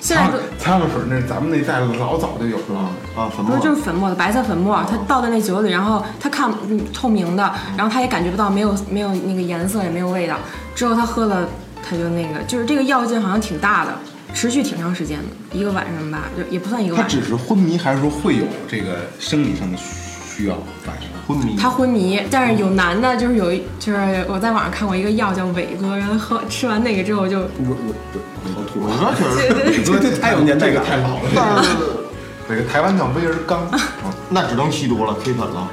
Speaker 4: 现在
Speaker 1: 啊
Speaker 4: 都。
Speaker 1: 苍蝇水那咱们那代老早就有了，
Speaker 2: 啊，粉
Speaker 4: 不
Speaker 2: 末
Speaker 4: 是，就是粉末的白色粉末，它倒在那酒里，然后它看嗯透明的，然后它也感觉不到没有没有那个颜色，也没有味道。之后他喝了，他就那个，就是这个药劲好像挺大的，持续挺长时间的，一个晚上吧，就也不算一个
Speaker 1: 他
Speaker 4: 晚上
Speaker 1: 只。是昏迷，还是说会有这个生理上的需要反应？
Speaker 2: 昏迷。
Speaker 4: 他昏迷，但是有男的，就是有一，就是我在网上看过一个药叫伟哥，然后喝吃完那个之后就
Speaker 3: 我我我
Speaker 2: 我说确实，
Speaker 3: 吐了，这太有年代
Speaker 1: 这
Speaker 3: 感
Speaker 1: 个太
Speaker 3: 了。
Speaker 1: 老了。
Speaker 2: 但是
Speaker 1: 这个台湾叫威尔刚，
Speaker 2: 那只能吸毒了，黑粉了。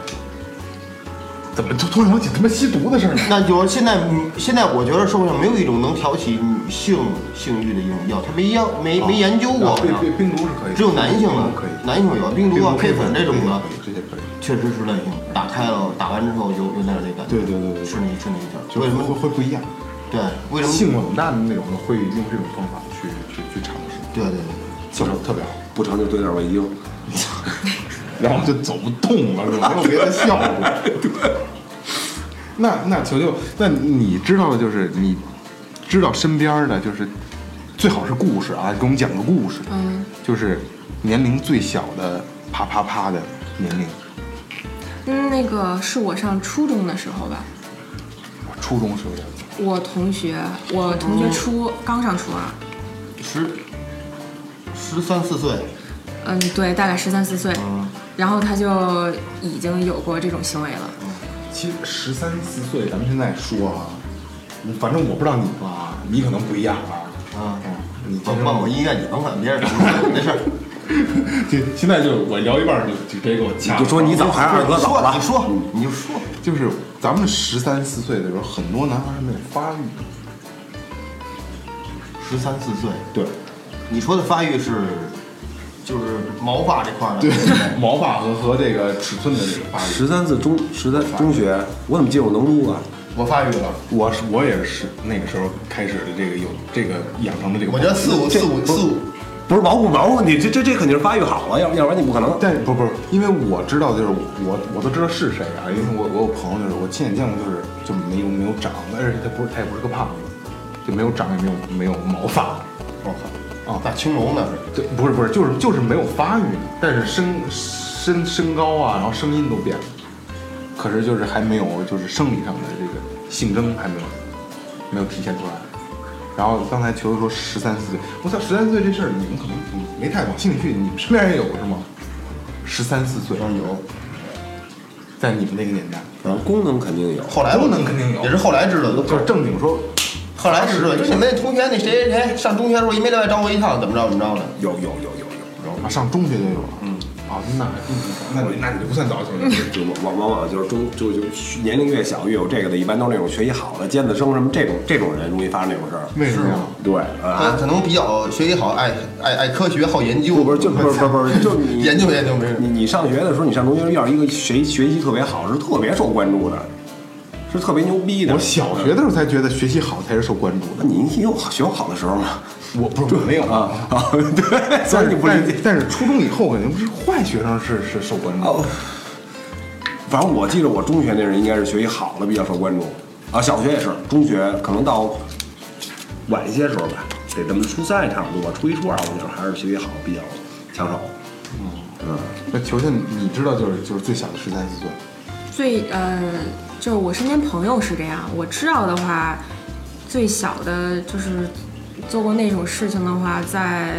Speaker 1: 怎么就突然想起他妈吸毒的事儿呢？
Speaker 2: 那就是现在，嗯现在我觉得社会上没有一种能挑起女性性欲的一种药，他没药没没研究过，好
Speaker 1: 啊对
Speaker 2: 像
Speaker 1: 对，冰毒是可以，
Speaker 2: 只有男性啊的
Speaker 1: 可以，
Speaker 2: 男性有冰毒啊、
Speaker 1: 可以
Speaker 2: 黑粉这种的，
Speaker 1: 这些可以。
Speaker 2: 确实是类型。打开了，打完之后有有点那感觉。
Speaker 1: 对对对对
Speaker 2: 是那是那一下。
Speaker 1: 就
Speaker 2: 为
Speaker 1: 是
Speaker 2: 什
Speaker 1: 会
Speaker 2: 么？
Speaker 1: 会不一样，
Speaker 2: 对，为什么？
Speaker 1: 性冷淡的那种的会用这种方法去去去尝试，
Speaker 2: 对对对，
Speaker 1: 效果特别好，
Speaker 3: 不成就兑点味精。
Speaker 1: 然后就走不动了，是吧？没有别的效果。 那那球球，那你知道的就是你知道身边的就是最好是故事啊，给我们讲个故事，
Speaker 4: 嗯，
Speaker 1: 就是年龄最小的啪啪啪的年龄，
Speaker 4: 嗯那个是我上初中的时候吧，
Speaker 1: 我初中时候的。
Speaker 4: 我同学，我同学初刚上初二，
Speaker 2: 十十三四岁，
Speaker 4: 嗯，对，大概十三四岁，然后他就已经有过这种行为了。
Speaker 1: 其实十三四岁，咱们现在说啊，你反正我不知道你吧，你可能不一样啊。
Speaker 2: 啊
Speaker 1: 嗯，你
Speaker 2: 甭
Speaker 1: 这
Speaker 2: 甭管医院，你甭管别人，没事儿。
Speaker 5: 就现在就我聊一半儿就就直接给我掐了，
Speaker 3: 就说你早还是二哥早
Speaker 2: 说
Speaker 3: 了
Speaker 2: 你？说你就说，
Speaker 1: 就是咱们十三四岁的时候，很多男孩还没有发育。
Speaker 2: 十三四岁，
Speaker 1: 对，
Speaker 2: 你说的发育是就是毛发这块儿的，对，
Speaker 1: 毛发和和这个尺寸的这个发育。
Speaker 3: 十三次中十三中学，我怎么记得我能撸啊？
Speaker 2: 我发育了。
Speaker 1: 我是我也是那个时候开始的这个有这个养成的这个毛病。
Speaker 2: 我觉得四五四五四五，
Speaker 3: 不是毛不毛问题，这这这肯定是发育好了，要要不然你不可能。
Speaker 1: 但不不，因为我知道，就是我我都知道是谁啊，因为我我有朋友就是我亲眼见过，就是就没有没有长，而且他不是他也不是个胖子，就没有长也没有没有毛发，
Speaker 2: 我靠，
Speaker 1: 啊
Speaker 2: 大青龙呢？
Speaker 1: 对，不是不是，就是就是没有发育，但是身身身高啊，然后声音都变了，可是就是还没有就是生理上的这个性征还没有没有体现出来。然后刚才球球说十三四岁，我操，十三岁这事儿你们可能没太往心里去，你们身边人也有是吗？十三四岁，有，在你们那个年代，
Speaker 3: 然后功能肯定有，
Speaker 2: 后来
Speaker 1: 功能肯定有
Speaker 2: 也是后来知道的。
Speaker 1: 就是正经说，
Speaker 2: 后来知道，就你们那同学那谁谁谁上中学的时候一没来找我一趟，怎么着怎么着的。
Speaker 3: 有有有有有有。
Speaker 1: 啊，上中学就有了，嗯，啊，那那你那你就不算早熟，
Speaker 3: 就往往往就是中就就年龄越小越有这个的，一般都是那种学习好的尖子生什么这种这种人容易发生这种事儿。
Speaker 1: 为什么呀？
Speaker 3: 对
Speaker 2: 他
Speaker 1: 嗯
Speaker 3: 啊，
Speaker 2: 可能比较学习好，爱爱爱科学，好研究。
Speaker 3: 不不就不不不就你
Speaker 2: 研究研究没事
Speaker 3: 你你上学的时候，你上中学要是一个学学习特别好，是特别受关注的，是特别牛逼的。啊
Speaker 1: 我小学的时候才觉得学习好才是受关注的，
Speaker 3: 你你有学好的时候吗？
Speaker 1: 我不是我没有
Speaker 3: 啊，啊，对，所以你不理
Speaker 1: 但
Speaker 3: 解
Speaker 1: 是。但是初中以后肯定不是坏学生是是受关注的，
Speaker 3: 哦，反正我记得我中学那阵儿应该是学习好的比较受关注，啊，小学也是，中学可能到晚一些时候吧，得咱们初三也差不多，初一初二我觉得还是学习好比较抢手。嗯
Speaker 1: 那球球，你知道就是就是最小的十三四岁，
Speaker 4: 最呃，就是我身边朋友是这样，我知道的话，最小的就是做过那种事情的话，在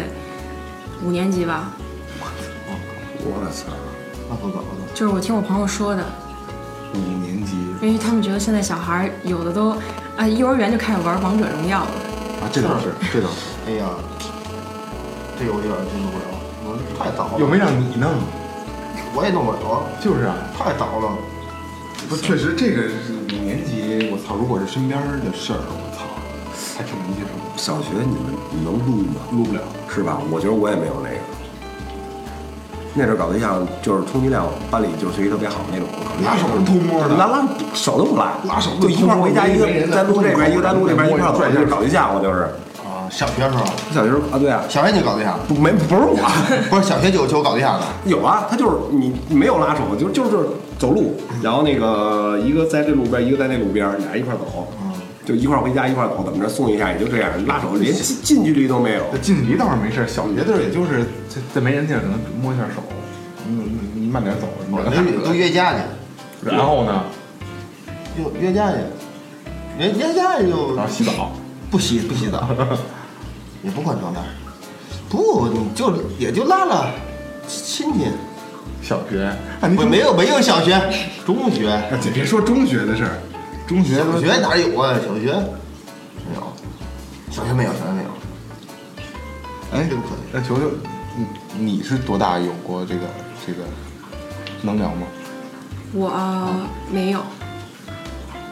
Speaker 4: 五年级吧，
Speaker 3: 我操！
Speaker 2: 啊
Speaker 1: 那多早了，
Speaker 4: 就是我听我朋友说的，
Speaker 1: 五年级
Speaker 4: 因为他们觉得现在小孩儿有的都啊、幼儿园就开始玩王者荣耀了。
Speaker 1: 啊，这倒是这倒 是，
Speaker 2: 哎呀，这我有点接受不了，我太早了，
Speaker 1: 又没让你弄，啊
Speaker 2: 我也弄不了，
Speaker 1: 就是啊，
Speaker 2: 太早了。
Speaker 1: 不确实这个是五年级，我操，如果是身边的事儿，我操，还挺能接受，
Speaker 3: 小学你们你能录吗？录不了，是吧？我觉得我也没有那个。那阵儿搞对象就是充其量班里就是学习特别好那种，
Speaker 1: 拉手偷摸的
Speaker 3: 拉拉手都不拉，
Speaker 1: 拉手
Speaker 3: 就一块儿回家，一个
Speaker 1: 没人的
Speaker 3: 单独这边，一个单独这边，一块儿走，
Speaker 1: 拽
Speaker 3: 就是搞对象，我就是。
Speaker 2: 啊，小学时候，
Speaker 3: 小学时候啊，对啊，
Speaker 2: 小学就搞对象，
Speaker 3: 不没不是我，
Speaker 2: 不是小学就有就搞对象的。
Speaker 3: 有啊，他就是你没有拉手，就就是就是走路，
Speaker 1: 嗯
Speaker 3: 然后那个一个在这路边，一个在那路边，俩人一块儿走，
Speaker 1: 嗯
Speaker 3: 就一块儿回家一块儿走，怎么着送一下也就这样，拉手连 近近距离都没有。
Speaker 1: 近离倒是没事儿，小学的时候也就是在在没人地儿可能摸一下手，嗯，你慢点走，你
Speaker 2: 我
Speaker 1: 让他
Speaker 2: 那 都约架去，
Speaker 1: 然后呢，
Speaker 2: 约约架去，人约架去就
Speaker 1: 然后洗澡，
Speaker 2: 不洗不洗澡，也不管这那，不你就也就拉拉亲戚，
Speaker 1: 小学，哎，你
Speaker 2: 不没有没有小学，中学，
Speaker 1: 哎，姐别说中学的事儿，中学
Speaker 2: 小学哪有啊？小学没有，小学没有，小学没有。
Speaker 1: 哎
Speaker 2: 真可惜，
Speaker 1: 那球球，你你是多大有过这个这个能聊吗？
Speaker 4: 我、啊没有，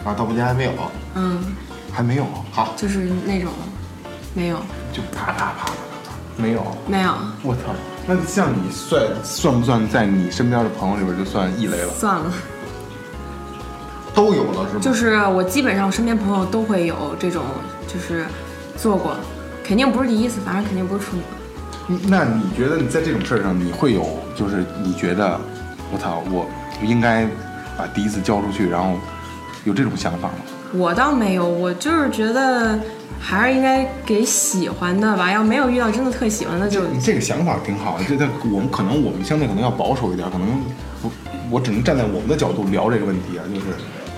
Speaker 2: 啊，到目前还没有。
Speaker 4: 嗯，
Speaker 1: 还没有，啊
Speaker 2: 好，
Speaker 4: 就是那种没有
Speaker 1: 就啪啪啪啪啪啪，没有。啊
Speaker 4: 没有，
Speaker 1: 我操，那像你算算不算在你身边的朋友里边就算异类了？
Speaker 4: 算了。
Speaker 2: 都有了是吗？
Speaker 4: 就是我基本上身边朋友都会有这种，就是做过，肯定不是第一次，反正肯定不是处女。
Speaker 1: 嗯那你觉得你在这种事儿上，你会有就是你觉得，我操，我应该把第一次交出去，然后有这种想法吗？
Speaker 4: 我倒没有，我就是觉得还是应该给喜欢的吧，要没有遇到真的特喜欢的就
Speaker 1: 你这个想法挺好，这在我们可能我们相对可能要保守一点，可能我我只能站在我们的角度聊这个问题啊，就是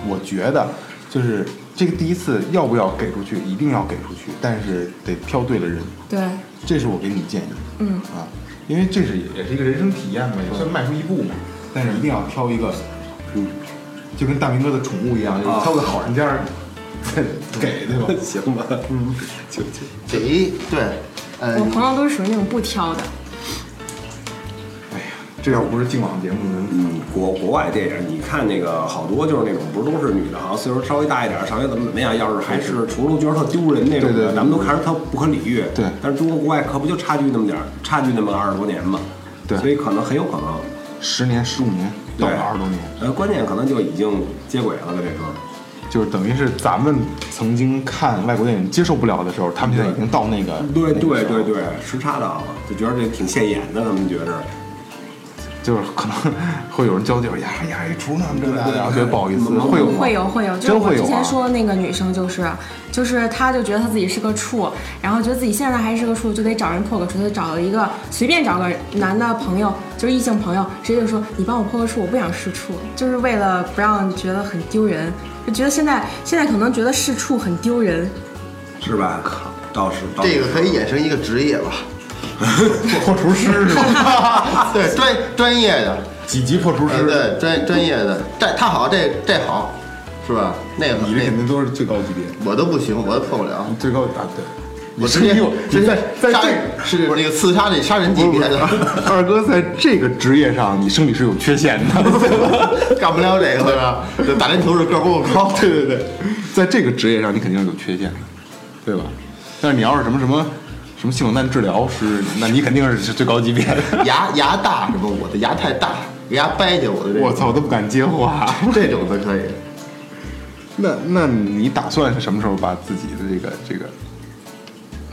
Speaker 1: 我觉得就是这个第一次要不要给出去，一定要给出去，但是得挑对了人，
Speaker 4: 对，
Speaker 1: 这是我给你建议
Speaker 4: 嗯，
Speaker 1: 啊，因为这是也也是一个人生体验嘛，也算迈出一步嘛，但是一定要挑一个，嗯就跟大明哥的宠物一样，就是挑个好人家儿 给对吧？
Speaker 3: 行吧，嗯，就就
Speaker 2: 给对，呃
Speaker 1: 哦
Speaker 4: 我，朋友都是属于那种不挑的，
Speaker 1: 哎呀，这要不是净网节目能。
Speaker 3: 嗯，国国外电影，你看那个好多就是那种不是都是女的，好啊像岁数稍微大一点，上学怎么怎么样，要是还是除了觉得特丢人那种
Speaker 1: 对对
Speaker 3: 的，
Speaker 1: 对
Speaker 3: 咱们都看着特不可理喻。
Speaker 1: 对
Speaker 3: 但是中国国外可不就差距那么点儿，差距那么二十多年嘛。
Speaker 1: 对
Speaker 3: 所以可能很有可能，
Speaker 1: 十年、十五年到
Speaker 3: 对
Speaker 1: 了二十多年，
Speaker 3: 呃，关键可能就已经接轨了的这时候。
Speaker 1: 就是等于是咱们曾经看外国电影接受不了的时候，他们现在已经到那个
Speaker 3: 嗯对
Speaker 1: 那个
Speaker 3: 对
Speaker 1: 时候
Speaker 3: 对对，时差到了，就觉得这挺现眼的，他们觉着。
Speaker 1: 就是可能会有人交流，呀呀，一厨呢，这那的，然后觉得不好意思，
Speaker 3: 对对
Speaker 1: 会有吗
Speaker 4: 会有会有，就是
Speaker 1: 真
Speaker 4: 我
Speaker 1: 会
Speaker 4: 之
Speaker 1: 有
Speaker 4: 前
Speaker 1: 啊。
Speaker 4: 说那个女生就是，就是她就觉得她自己是个处，然后觉得自己现在还是个处，就得找人破个处，她就找了一个随便找个男的朋友，就是异性朋友，直接就说你帮我破个处，我不想试处，就是为了不让觉得很丢人，就觉得现在现在可能觉得试处很丢人，
Speaker 3: 是吧？靠，倒是倒是
Speaker 2: 这个可以衍生一个职业吧？
Speaker 1: 破厨师是吧？
Speaker 2: 对，专专业的，
Speaker 1: 几级破厨
Speaker 2: 呃、
Speaker 1: 师？
Speaker 2: 对专专业的，这他好，这这好，是吧？那个好
Speaker 1: 你这
Speaker 2: 那
Speaker 1: 肯
Speaker 2: 个
Speaker 1: 定都是最高级别，
Speaker 2: 我都不行，我都破不了。
Speaker 1: 最高啊对。
Speaker 2: 我直接
Speaker 1: 你
Speaker 2: 直
Speaker 1: 你在
Speaker 2: 接
Speaker 1: 在
Speaker 2: 杀
Speaker 1: 这
Speaker 2: 人是那个刺杀那杀人级
Speaker 1: 不是
Speaker 2: 别
Speaker 1: 不是
Speaker 2: 的，
Speaker 1: 二哥在这个职业上，你生理是有缺陷的。
Speaker 2: 干不了这个是吧？就打篮球是个儿不够高，
Speaker 1: 对对对，在这个职业上，你肯定是有缺陷的，对吧？但是你要是什么什么什么性冷淡治疗师，那你肯定是是最高级别的。
Speaker 2: 牙牙大什么？我的牙太大，给牙掰去我的这
Speaker 1: 我
Speaker 2: 个，
Speaker 1: 操，我都不敢接话。
Speaker 2: 这种的可以。
Speaker 1: 那那你打算是什么时候把自己的这个这个？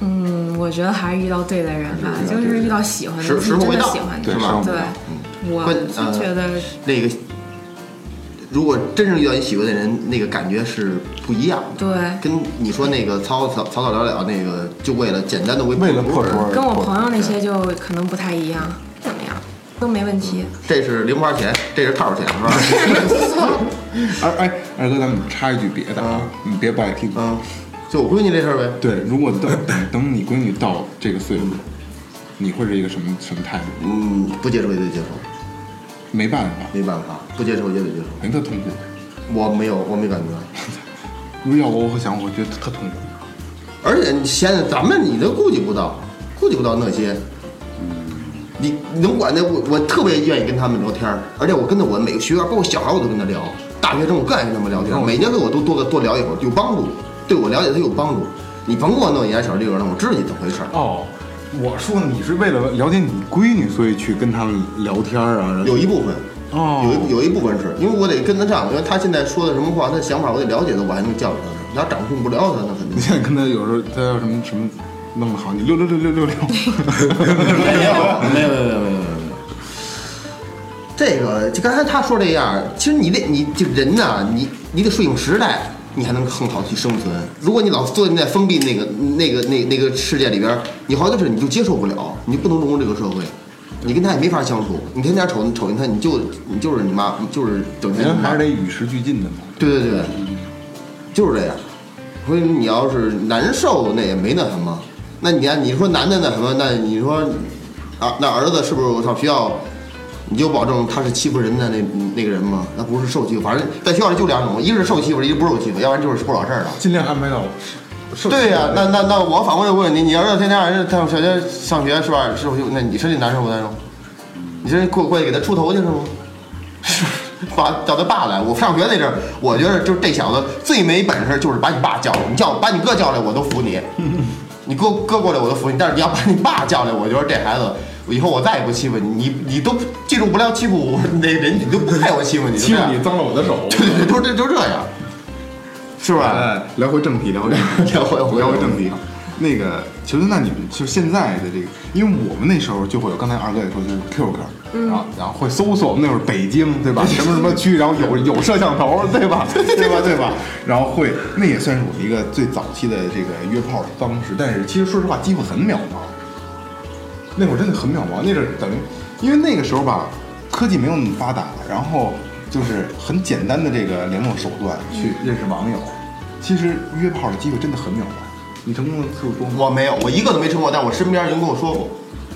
Speaker 4: 嗯，我觉得还是遇到对的人吧，
Speaker 1: 还是遇到
Speaker 4: 就
Speaker 1: 对的
Speaker 4: 是
Speaker 1: 人
Speaker 4: 遇到喜欢的，
Speaker 2: 时
Speaker 4: 自己
Speaker 2: 时候
Speaker 4: 真
Speaker 2: 未
Speaker 4: 的
Speaker 2: 到
Speaker 4: 喜欢的
Speaker 1: 对
Speaker 4: 人
Speaker 1: 时候，未
Speaker 4: 对
Speaker 1: 到，嗯
Speaker 4: 我
Speaker 2: 关呃
Speaker 4: 是觉得
Speaker 2: 那个，如果真正遇到你喜欢的人，那个感觉是不一样的。
Speaker 4: 对。
Speaker 2: 跟你说那个草草草草了了那个，就为了简单的为
Speaker 1: 为了破除而
Speaker 4: 跟我
Speaker 1: 破
Speaker 4: 朋友那些就可能不太一样，怎么样都没问题。
Speaker 2: 这是零花钱，这是套钱是吧？
Speaker 1: 二哎，二哥，咱们插一句别的啊，你别不爱听。
Speaker 2: 嗯，就我闺女这事儿呗。
Speaker 1: 对，如果等等你闺女到这个岁数，你会是一个什么什么态度？
Speaker 2: 嗯，不接受也得接受，
Speaker 1: 没办法，
Speaker 2: 没办法，不接受也得接受。
Speaker 1: 肯定特痛苦。
Speaker 2: 我没有，我没感觉。
Speaker 1: 如果要我，我会想，我觉得特痛苦。
Speaker 2: 而且你现在咱们你都顾及不到，顾及不到那些，
Speaker 1: 嗯
Speaker 2: 你你能管那我我特别愿意跟他们聊天儿，而且我跟着我每个学员，包括小孩儿我都跟他聊，大学生我更爱跟他们聊天
Speaker 1: 哦
Speaker 2: 儿，每年跟我都多个多聊一会儿，有帮助，对我了解他有帮助。你甭给我弄眼小绿人了，我知道你怎么回事儿。
Speaker 1: 哦，我说你是为了了解你闺女，所以去跟他们聊天啊？
Speaker 2: 有一部分，
Speaker 1: 哦
Speaker 2: 有一有一部分是因为我得跟得上，因为他现在说的什么话，他的想法我得了解他，我还能教育他呢。你要掌控不了他，那肯定
Speaker 1: 你现在跟他有时候他要什么什么弄得好，你六六六六 六六。
Speaker 2: 没有，没有，没有，没有，没有。这个就刚才他说这样，其实你得你这人呐、你你得顺应时代，你才能更好去生存。如果你老坐在封闭那个那个那那个世界里边，你好多事你就接受不了，你就不能融入这个社会，你跟他也没法相处。你天天瞅瞅见他，你就你就是你妈，你就是整天
Speaker 1: 人
Speaker 2: 你妈
Speaker 1: 还是得与时俱进的嘛。
Speaker 2: 对对对，就是这样。所以你要是难受，那也没那什么。那你看，你说男的那什么，那你说啊，那儿子是不是我上学校，你就保证他是欺负人的那那个人吗？那不是受欺负，反正在学校里就两种，一是受欺负，一是不受欺负，要不然就是不老实儿的。
Speaker 1: 尽量安排到。
Speaker 2: 对呀、那那那我反过来问你，你要是天天让人上小学上学是吧？是不是就那你身体难受不难受？你这过过去给他出头去是吗？ 是把叫他爸来，我上学那阵儿，我觉得就是这小子最没本事，就是把你爸叫来，你叫把你哥叫来，我都 服你。你哥哥过来我都服你，但是你要把你爸叫来，我觉得这孩子以后我再也不欺负你，你你都记住不了欺负我那人，你都不配我欺负你，就
Speaker 5: 欺
Speaker 2: 这
Speaker 5: 负
Speaker 2: 样
Speaker 5: 你脏了我的手，
Speaker 2: 对对对， 都这都这样，是吧？
Speaker 1: 哎，聊回正题，聊回正题，
Speaker 2: 聊回
Speaker 1: 聊回正
Speaker 2: 啊
Speaker 1: 题。那个，其实那你们就是现在的这个，因为我们那时候就会有，刚才二哥也说，就是 QQ，然后然后会搜索我们那会儿北京，对吧？什么什么区，然后有有摄像头，对吧？对吧？对吧？然后会，那也算是我一个最早期的这个约炮的方式，但是其实说实话，机会很渺茫。那会儿真的很渺茫，那阵儿等于，因为那个时候吧，科技没有那么发达，然后就是很简单的这个联络手段去认识网友。其实约炮的机会真的很渺茫，你成功的次数多 吗？
Speaker 2: 我没有，我一个都没成过，但我身边人跟我说过，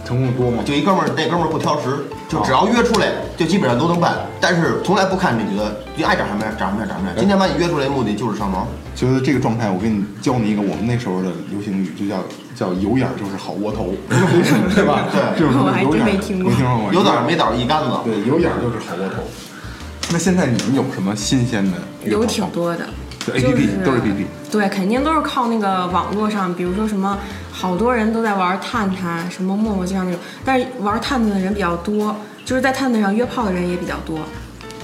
Speaker 1: 成功的多吗？
Speaker 2: 就一哥们儿，那哥们儿不挑食，就只要约出来，就基本上都能办，但是从来不看这女的，你爱长什么样长什么样长什么样。今天把你约出来的目的就是上床，
Speaker 1: 觉得这个状态，我给你教你一个我们那时候的流行语，就叫叫有眼儿就是好窝头，对吧？
Speaker 2: 对
Speaker 1: 就是
Speaker 4: 我还
Speaker 1: 有眼
Speaker 4: 真
Speaker 1: 儿
Speaker 4: 没听过
Speaker 1: 没听说过，
Speaker 2: 有枣没枣一竿子。
Speaker 1: 对，有眼儿就是好窝头。那现在你们有什么新鲜的约炮
Speaker 4: 有
Speaker 1: 方
Speaker 4: 挺
Speaker 1: 法
Speaker 4: 多的，
Speaker 1: 就 APP 都是 APP
Speaker 4: 对，肯定都是靠那个网络上，比如说什么，好多人都在玩探探，什么陌陌，就像那种，但是玩探探的人比较多，就是在探探上约炮的人也比较多。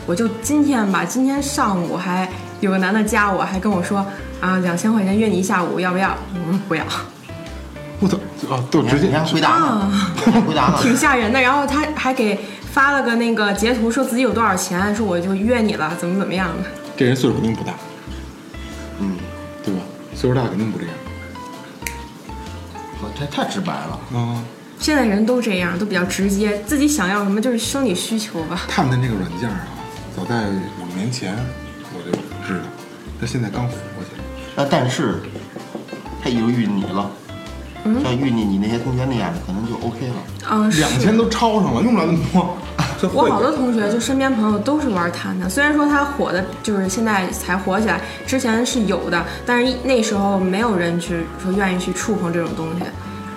Speaker 4: 我就今天吧，今天上午还有个男的加我，还跟我说啊，两千块钱约你一下午，要不要？我说不要，
Speaker 1: 我操啊，就直接啊
Speaker 2: 你看回答呢， 回答呢，
Speaker 4: 挺吓人的。然后他还给发了个那个截图，说自己有多少钱，说我就约你了，怎么怎么样的。
Speaker 1: 这人岁数肯定不大，
Speaker 2: 嗯，
Speaker 1: 对吧？岁数大肯定不这样
Speaker 2: 我太太直白了。
Speaker 1: 啊。
Speaker 4: 现在人都这样，都比较直接，自己想要什么就是生理需求吧。
Speaker 1: 探探这个软件啊，早在五年前我就知道，它现在刚火起来。
Speaker 2: 那但是他已经遇你了，像遇你你那些同学那样的，可能就 OK 了。
Speaker 4: 嗯，是
Speaker 1: 两千都超上了，用不了那么 多。
Speaker 3: 这
Speaker 4: 我
Speaker 3: 会
Speaker 4: 好多同学就身边朋友都是玩摊的，虽然说它火的就是现在才火起来，之前是有的，但是那时候没有人去说愿意去触碰这种东西，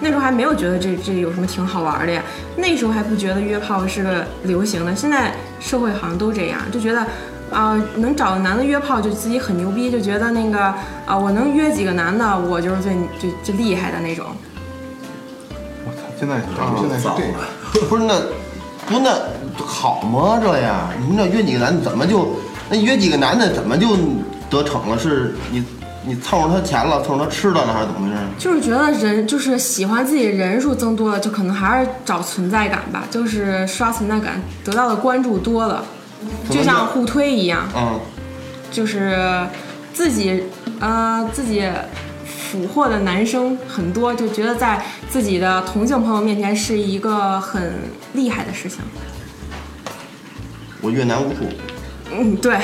Speaker 4: 那时候还没有觉得这这有什么挺好玩的呀，那时候还不觉得约炮是个流行的，现在社会好像都这样，就觉得。啊、能找个男的约炮就自己很牛逼，就觉得那个啊、我能约几个男的，我就是最最最厉害的那种。
Speaker 1: 我操，现在现在是
Speaker 3: 早
Speaker 1: 这
Speaker 3: 了
Speaker 1: 样，。
Speaker 2: 不是那，不是那好吗？这样，你那约几个男的怎么就那约几个男的怎么就得逞了？是你你凑上他钱了，凑上他吃的了，还是怎么回事？
Speaker 4: 就是觉得人就是喜欢自己人数增多了，就可能还是找存在感吧，就是刷存在感，得到的关注多了，
Speaker 2: 怎么
Speaker 4: 就
Speaker 2: 讲
Speaker 4: 像互推一样，
Speaker 2: 嗯，
Speaker 4: 就是自己呃自己俘获的男生很多，就觉得在自己的同性朋友面前是一个很厉害的事情。
Speaker 2: 我越南无数。
Speaker 4: 嗯，对，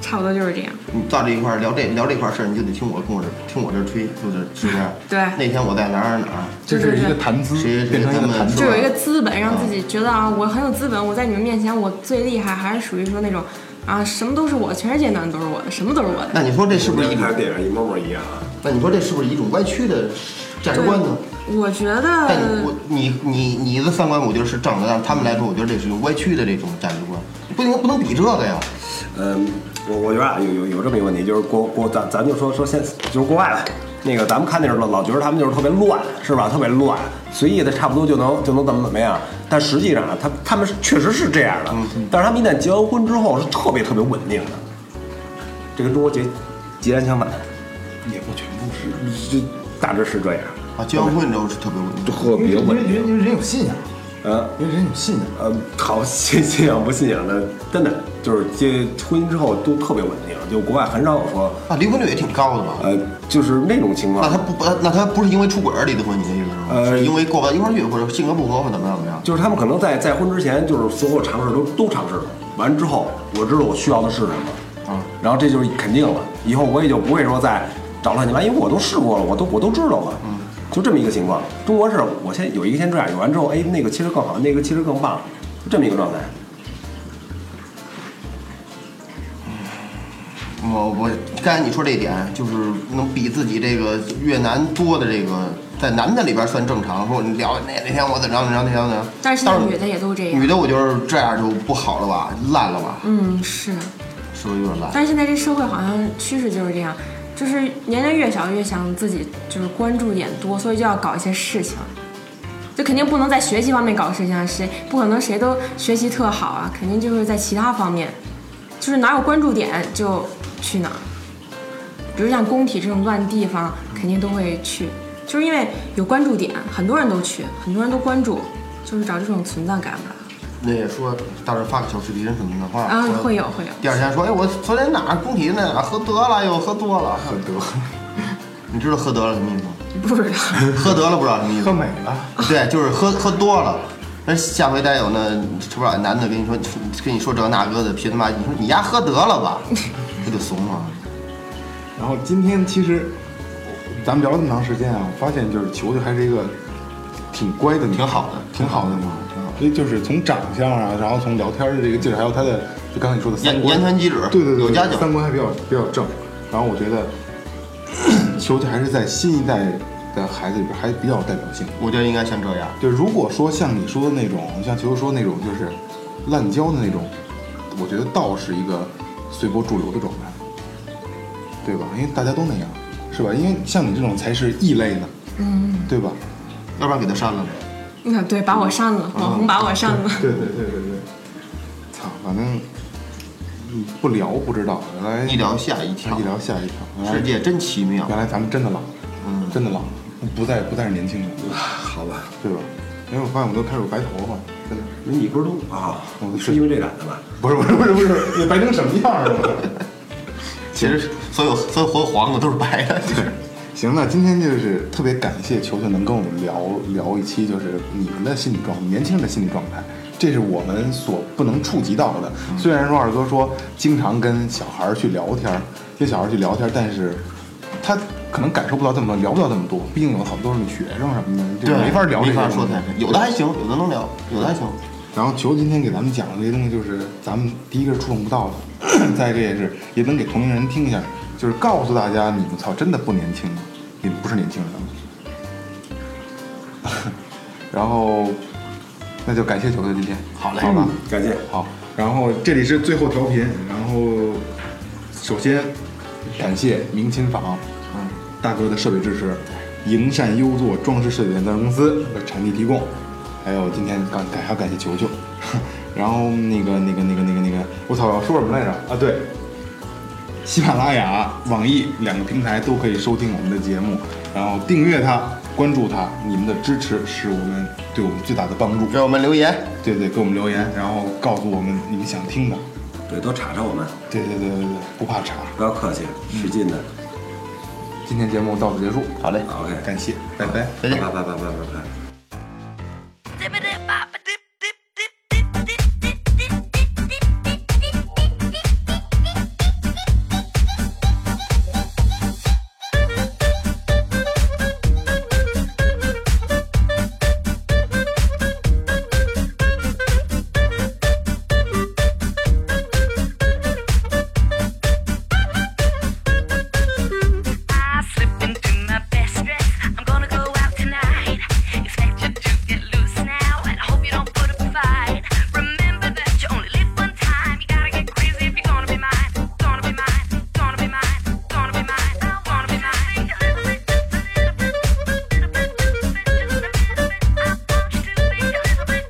Speaker 4: 差不多就是这样。
Speaker 2: 你到这一块儿聊这聊这块儿事儿，你就得听我跟我这听我这吹，就是是不是？
Speaker 4: 对
Speaker 2: 那天我在哪儿哪儿，
Speaker 1: 这是一个谈资
Speaker 2: 谁
Speaker 1: 变成一个谈资
Speaker 2: 谁
Speaker 4: 就。有一个资本，让自己觉得啊，我很有资本，我在你们面前我最厉害，还是属于说那种啊，什么都是我的，全世界男的都是我的，什么都是我的。
Speaker 2: 那你说这是不是一种
Speaker 3: 还？电影一模模一样啊？
Speaker 2: 那你说这是不是一种歪曲的价值观呢？
Speaker 4: 我觉
Speaker 2: 但你
Speaker 4: 得
Speaker 2: 我你你你的三观，我觉得是正的，但他们来说，我觉得这是有歪曲的这种价值观，不应该不能比这个呀。
Speaker 3: 嗯，我我觉得啊，有有有这么一个问题，就是国国咱咱就说说现就是国外了。那个咱们看那时候老觉得他们就是特别乱，是吧？特别乱，随意的差不多就能就能怎么怎么样。但实际上啊，他他们是确实是这样的，但是他们一旦结完婚之后是特别特别稳定的，这跟中国截截然相反，
Speaker 1: 也不全部是，
Speaker 3: 这大致是这样，
Speaker 2: 啊，结完婚之后是特别稳定，
Speaker 3: 特别
Speaker 1: 因为
Speaker 3: 稳定。
Speaker 1: 人因为人有信仰，
Speaker 3: 呃，
Speaker 1: 因为人有信仰。
Speaker 3: 呃，好信信仰不信仰的，真的就是结婚姻之后都特别稳定，就国外很少有说，
Speaker 2: 啊，离婚率也挺高的吧？
Speaker 3: 呃，就是那种情
Speaker 2: 那
Speaker 3: 况
Speaker 2: 他，不不，那他不是因为出轨而离的婚，你的意思是吗？
Speaker 3: 呃
Speaker 2: 是因为过不到一块儿去，或者性格不合，或者怎么样怎么样？
Speaker 3: 就是他们可能在再婚之前，就是所有尝试都都尝试了，完之后我知道我需要的是什么，
Speaker 2: 啊，
Speaker 3: 然后这就是肯定了，以后我也就不会说再找乱七八，因为我都试过了，我都我都知道了，嗯，就这么一个情况。中国是我先有一个先这样，有完之后，哎，那个其实更好，那个其实更棒，就这么一个状态。
Speaker 2: 我我刚才你说这一点，就是能比自己这个越南多的这个，在男的里边算正常。说你聊那那天我怎么着怎么着那天我怎么着，
Speaker 4: 但是现在女的也都这样
Speaker 2: 女的我觉得这样就不好了吧，烂了吧，
Speaker 4: 嗯是，
Speaker 2: 是不是有点烂？
Speaker 4: 但是现在这社会好像趋势就是这样，就是年龄越小越想自己就是关注点多，所以就要搞一些事情。就肯定不能在学习方面搞事情啊，谁不可能谁都学习特好啊，肯定就是在其他方面，就是哪有关注点就去哪儿。比如像工体这种乱地方，肯定都会去，就是因为有关注点，很多人都去，很多人都关注，就是找这种存在感吧。
Speaker 2: 那也说到时候发个小视频什么的话，
Speaker 4: 啊
Speaker 2: 说，
Speaker 4: 会有会有。
Speaker 2: 第二天说，哎，我昨天哪儿工体那哪儿喝得了，又喝多了，喝得，你知道喝得了什么意思吗？
Speaker 4: 不知道，
Speaker 2: 喝得了不知道什么意思
Speaker 1: 喝。美了，
Speaker 2: 对，就是喝喝多了。那下回再有那吃不了男的跟你说跟你说这那个的，皮他妈，你说你丫喝得了 吧，不就怂了？
Speaker 1: 然后今天其实咱们聊了这么长时间啊，我发现就是球球还是一个挺乖的女孩，
Speaker 2: 挺好的
Speaker 1: 挺好的嘛，挺啊好的。所以就是从长相啊，然后从聊天的这个劲儿，还有她的就刚才你说的三
Speaker 2: 言
Speaker 1: 观
Speaker 2: 言谈举止，
Speaker 1: 对对对，
Speaker 2: 有家教。
Speaker 1: 三观还比较比较正。然后我觉得 球球还是在新一代的孩子里边还比较有代表性。
Speaker 2: 我觉得应该像这样，
Speaker 1: 就如果说像你说的那种，像球球说那种就是滥交的那种，我觉得倒是一个随波逐流的状态，对吧？因为大家都那样，是吧？因为像你这种才是异类呢，嗯，对吧？
Speaker 2: 要不然给他删了。
Speaker 4: 嗯，对，把我删了，网红把我删了。
Speaker 1: 对对对对对，操，反正嗯不聊不知道，原来
Speaker 2: 一聊吓一跳
Speaker 1: 一，啊聊吓一跳，原来
Speaker 2: 世界真奇妙。
Speaker 1: 原来咱们真的老了，
Speaker 2: 嗯
Speaker 1: 真的老了，不再不再是年轻人，
Speaker 3: 好吧，
Speaker 1: 对吧？因为我发现我都开始有白头发，真的
Speaker 3: 那你不是都啊
Speaker 1: 嗯？是
Speaker 3: 是因为这染的吧？
Speaker 1: 不是不是不是不是，你白成什么样了？
Speaker 2: 其实所有所有活黄的都是白的，就是
Speaker 1: 行，那今天就是特别感谢球球能跟我们聊聊一期，就是你们的心理状态，年轻人的心理状态，这是我们所不能触及到的。
Speaker 2: 嗯
Speaker 1: 虽然说二哥说经常跟小孩儿去聊天儿，跟小孩儿去聊天儿，但是他可能感受不到这么多，聊不到这么多，毕竟有好多都是学生什么的，就没法聊这些
Speaker 2: 没法
Speaker 1: 东西
Speaker 2: 说太深。有的还行，有的能聊，有的还行。
Speaker 1: 然后球今天给咱们讲的这些东西，就是咱们第一个是触碰不到的， 再一个也是也能给同龄人听一下，就是告诉大家，你们操真的不年轻了，你们不是年轻人了。 然后那就感谢球球今天，
Speaker 2: 好嘞
Speaker 1: 好吧，
Speaker 3: 感谢。
Speaker 1: 好。然后这里是最后调频，然后首先感谢明琴坊，嗯，大哥的设备支持，营善优作装饰设计有限责任公司的产品提供，还有今天感感还要感谢球球， 然后那个那个那个那个那个，我操，我说什么来着？啊，对，喜马拉雅、网易两个平台都可以收听我们的节目，然后订阅它，关注它，你们的支持是我们对我们最大的帮助。
Speaker 2: 给我们留言，
Speaker 1: 对对，给我们留言，然后告诉我们你们想听的。
Speaker 3: 对，都查查我们，
Speaker 1: 对对对对对，不怕查。
Speaker 3: 不要客气，使劲的。
Speaker 1: 今天节目到此结束，
Speaker 2: 好嘞，
Speaker 3: OK，
Speaker 1: 感谢，拜拜。
Speaker 2: 再见。
Speaker 3: 拜拜拜拜拜拜。
Speaker 6: I slip into my best dress. I'm gonna go out tonight. Expect you to get loose now, and I hope you don't put up a fight. Remember that you only live one time. You gotta get crazy if you're gonna be mine. Gonna be mine. Gonna be mine. Gonna be mine. Gonna be mine. I want you to be a little bit. I want you to be a little bit.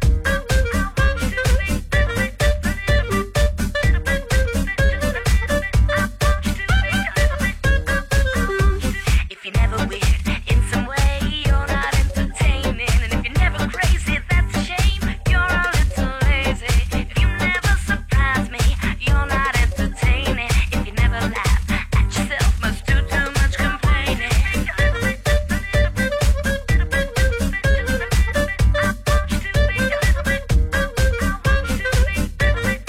Speaker 6: If you're never weird in some way, you're not entertaining. And if you're never crazy, that's a shame. You're a little lazy. If you never surprise me, you're not entertaining. If you never laugh at yourself, must do too much complaining.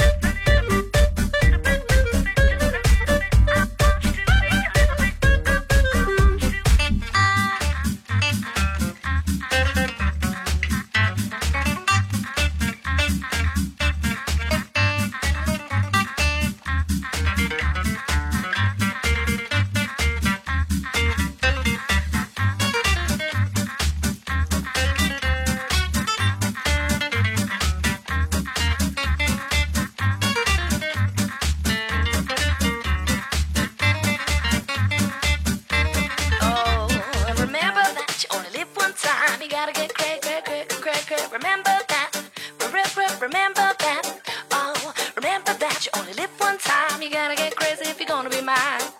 Speaker 6: Oh, and remember that you only live one time. You gotta get cray, cray, cray, cray, cray. Remember that. Re- re- Remember that. Oh, remember that you only live one time. You gotta get crazy if you're gonna be mine. Oh,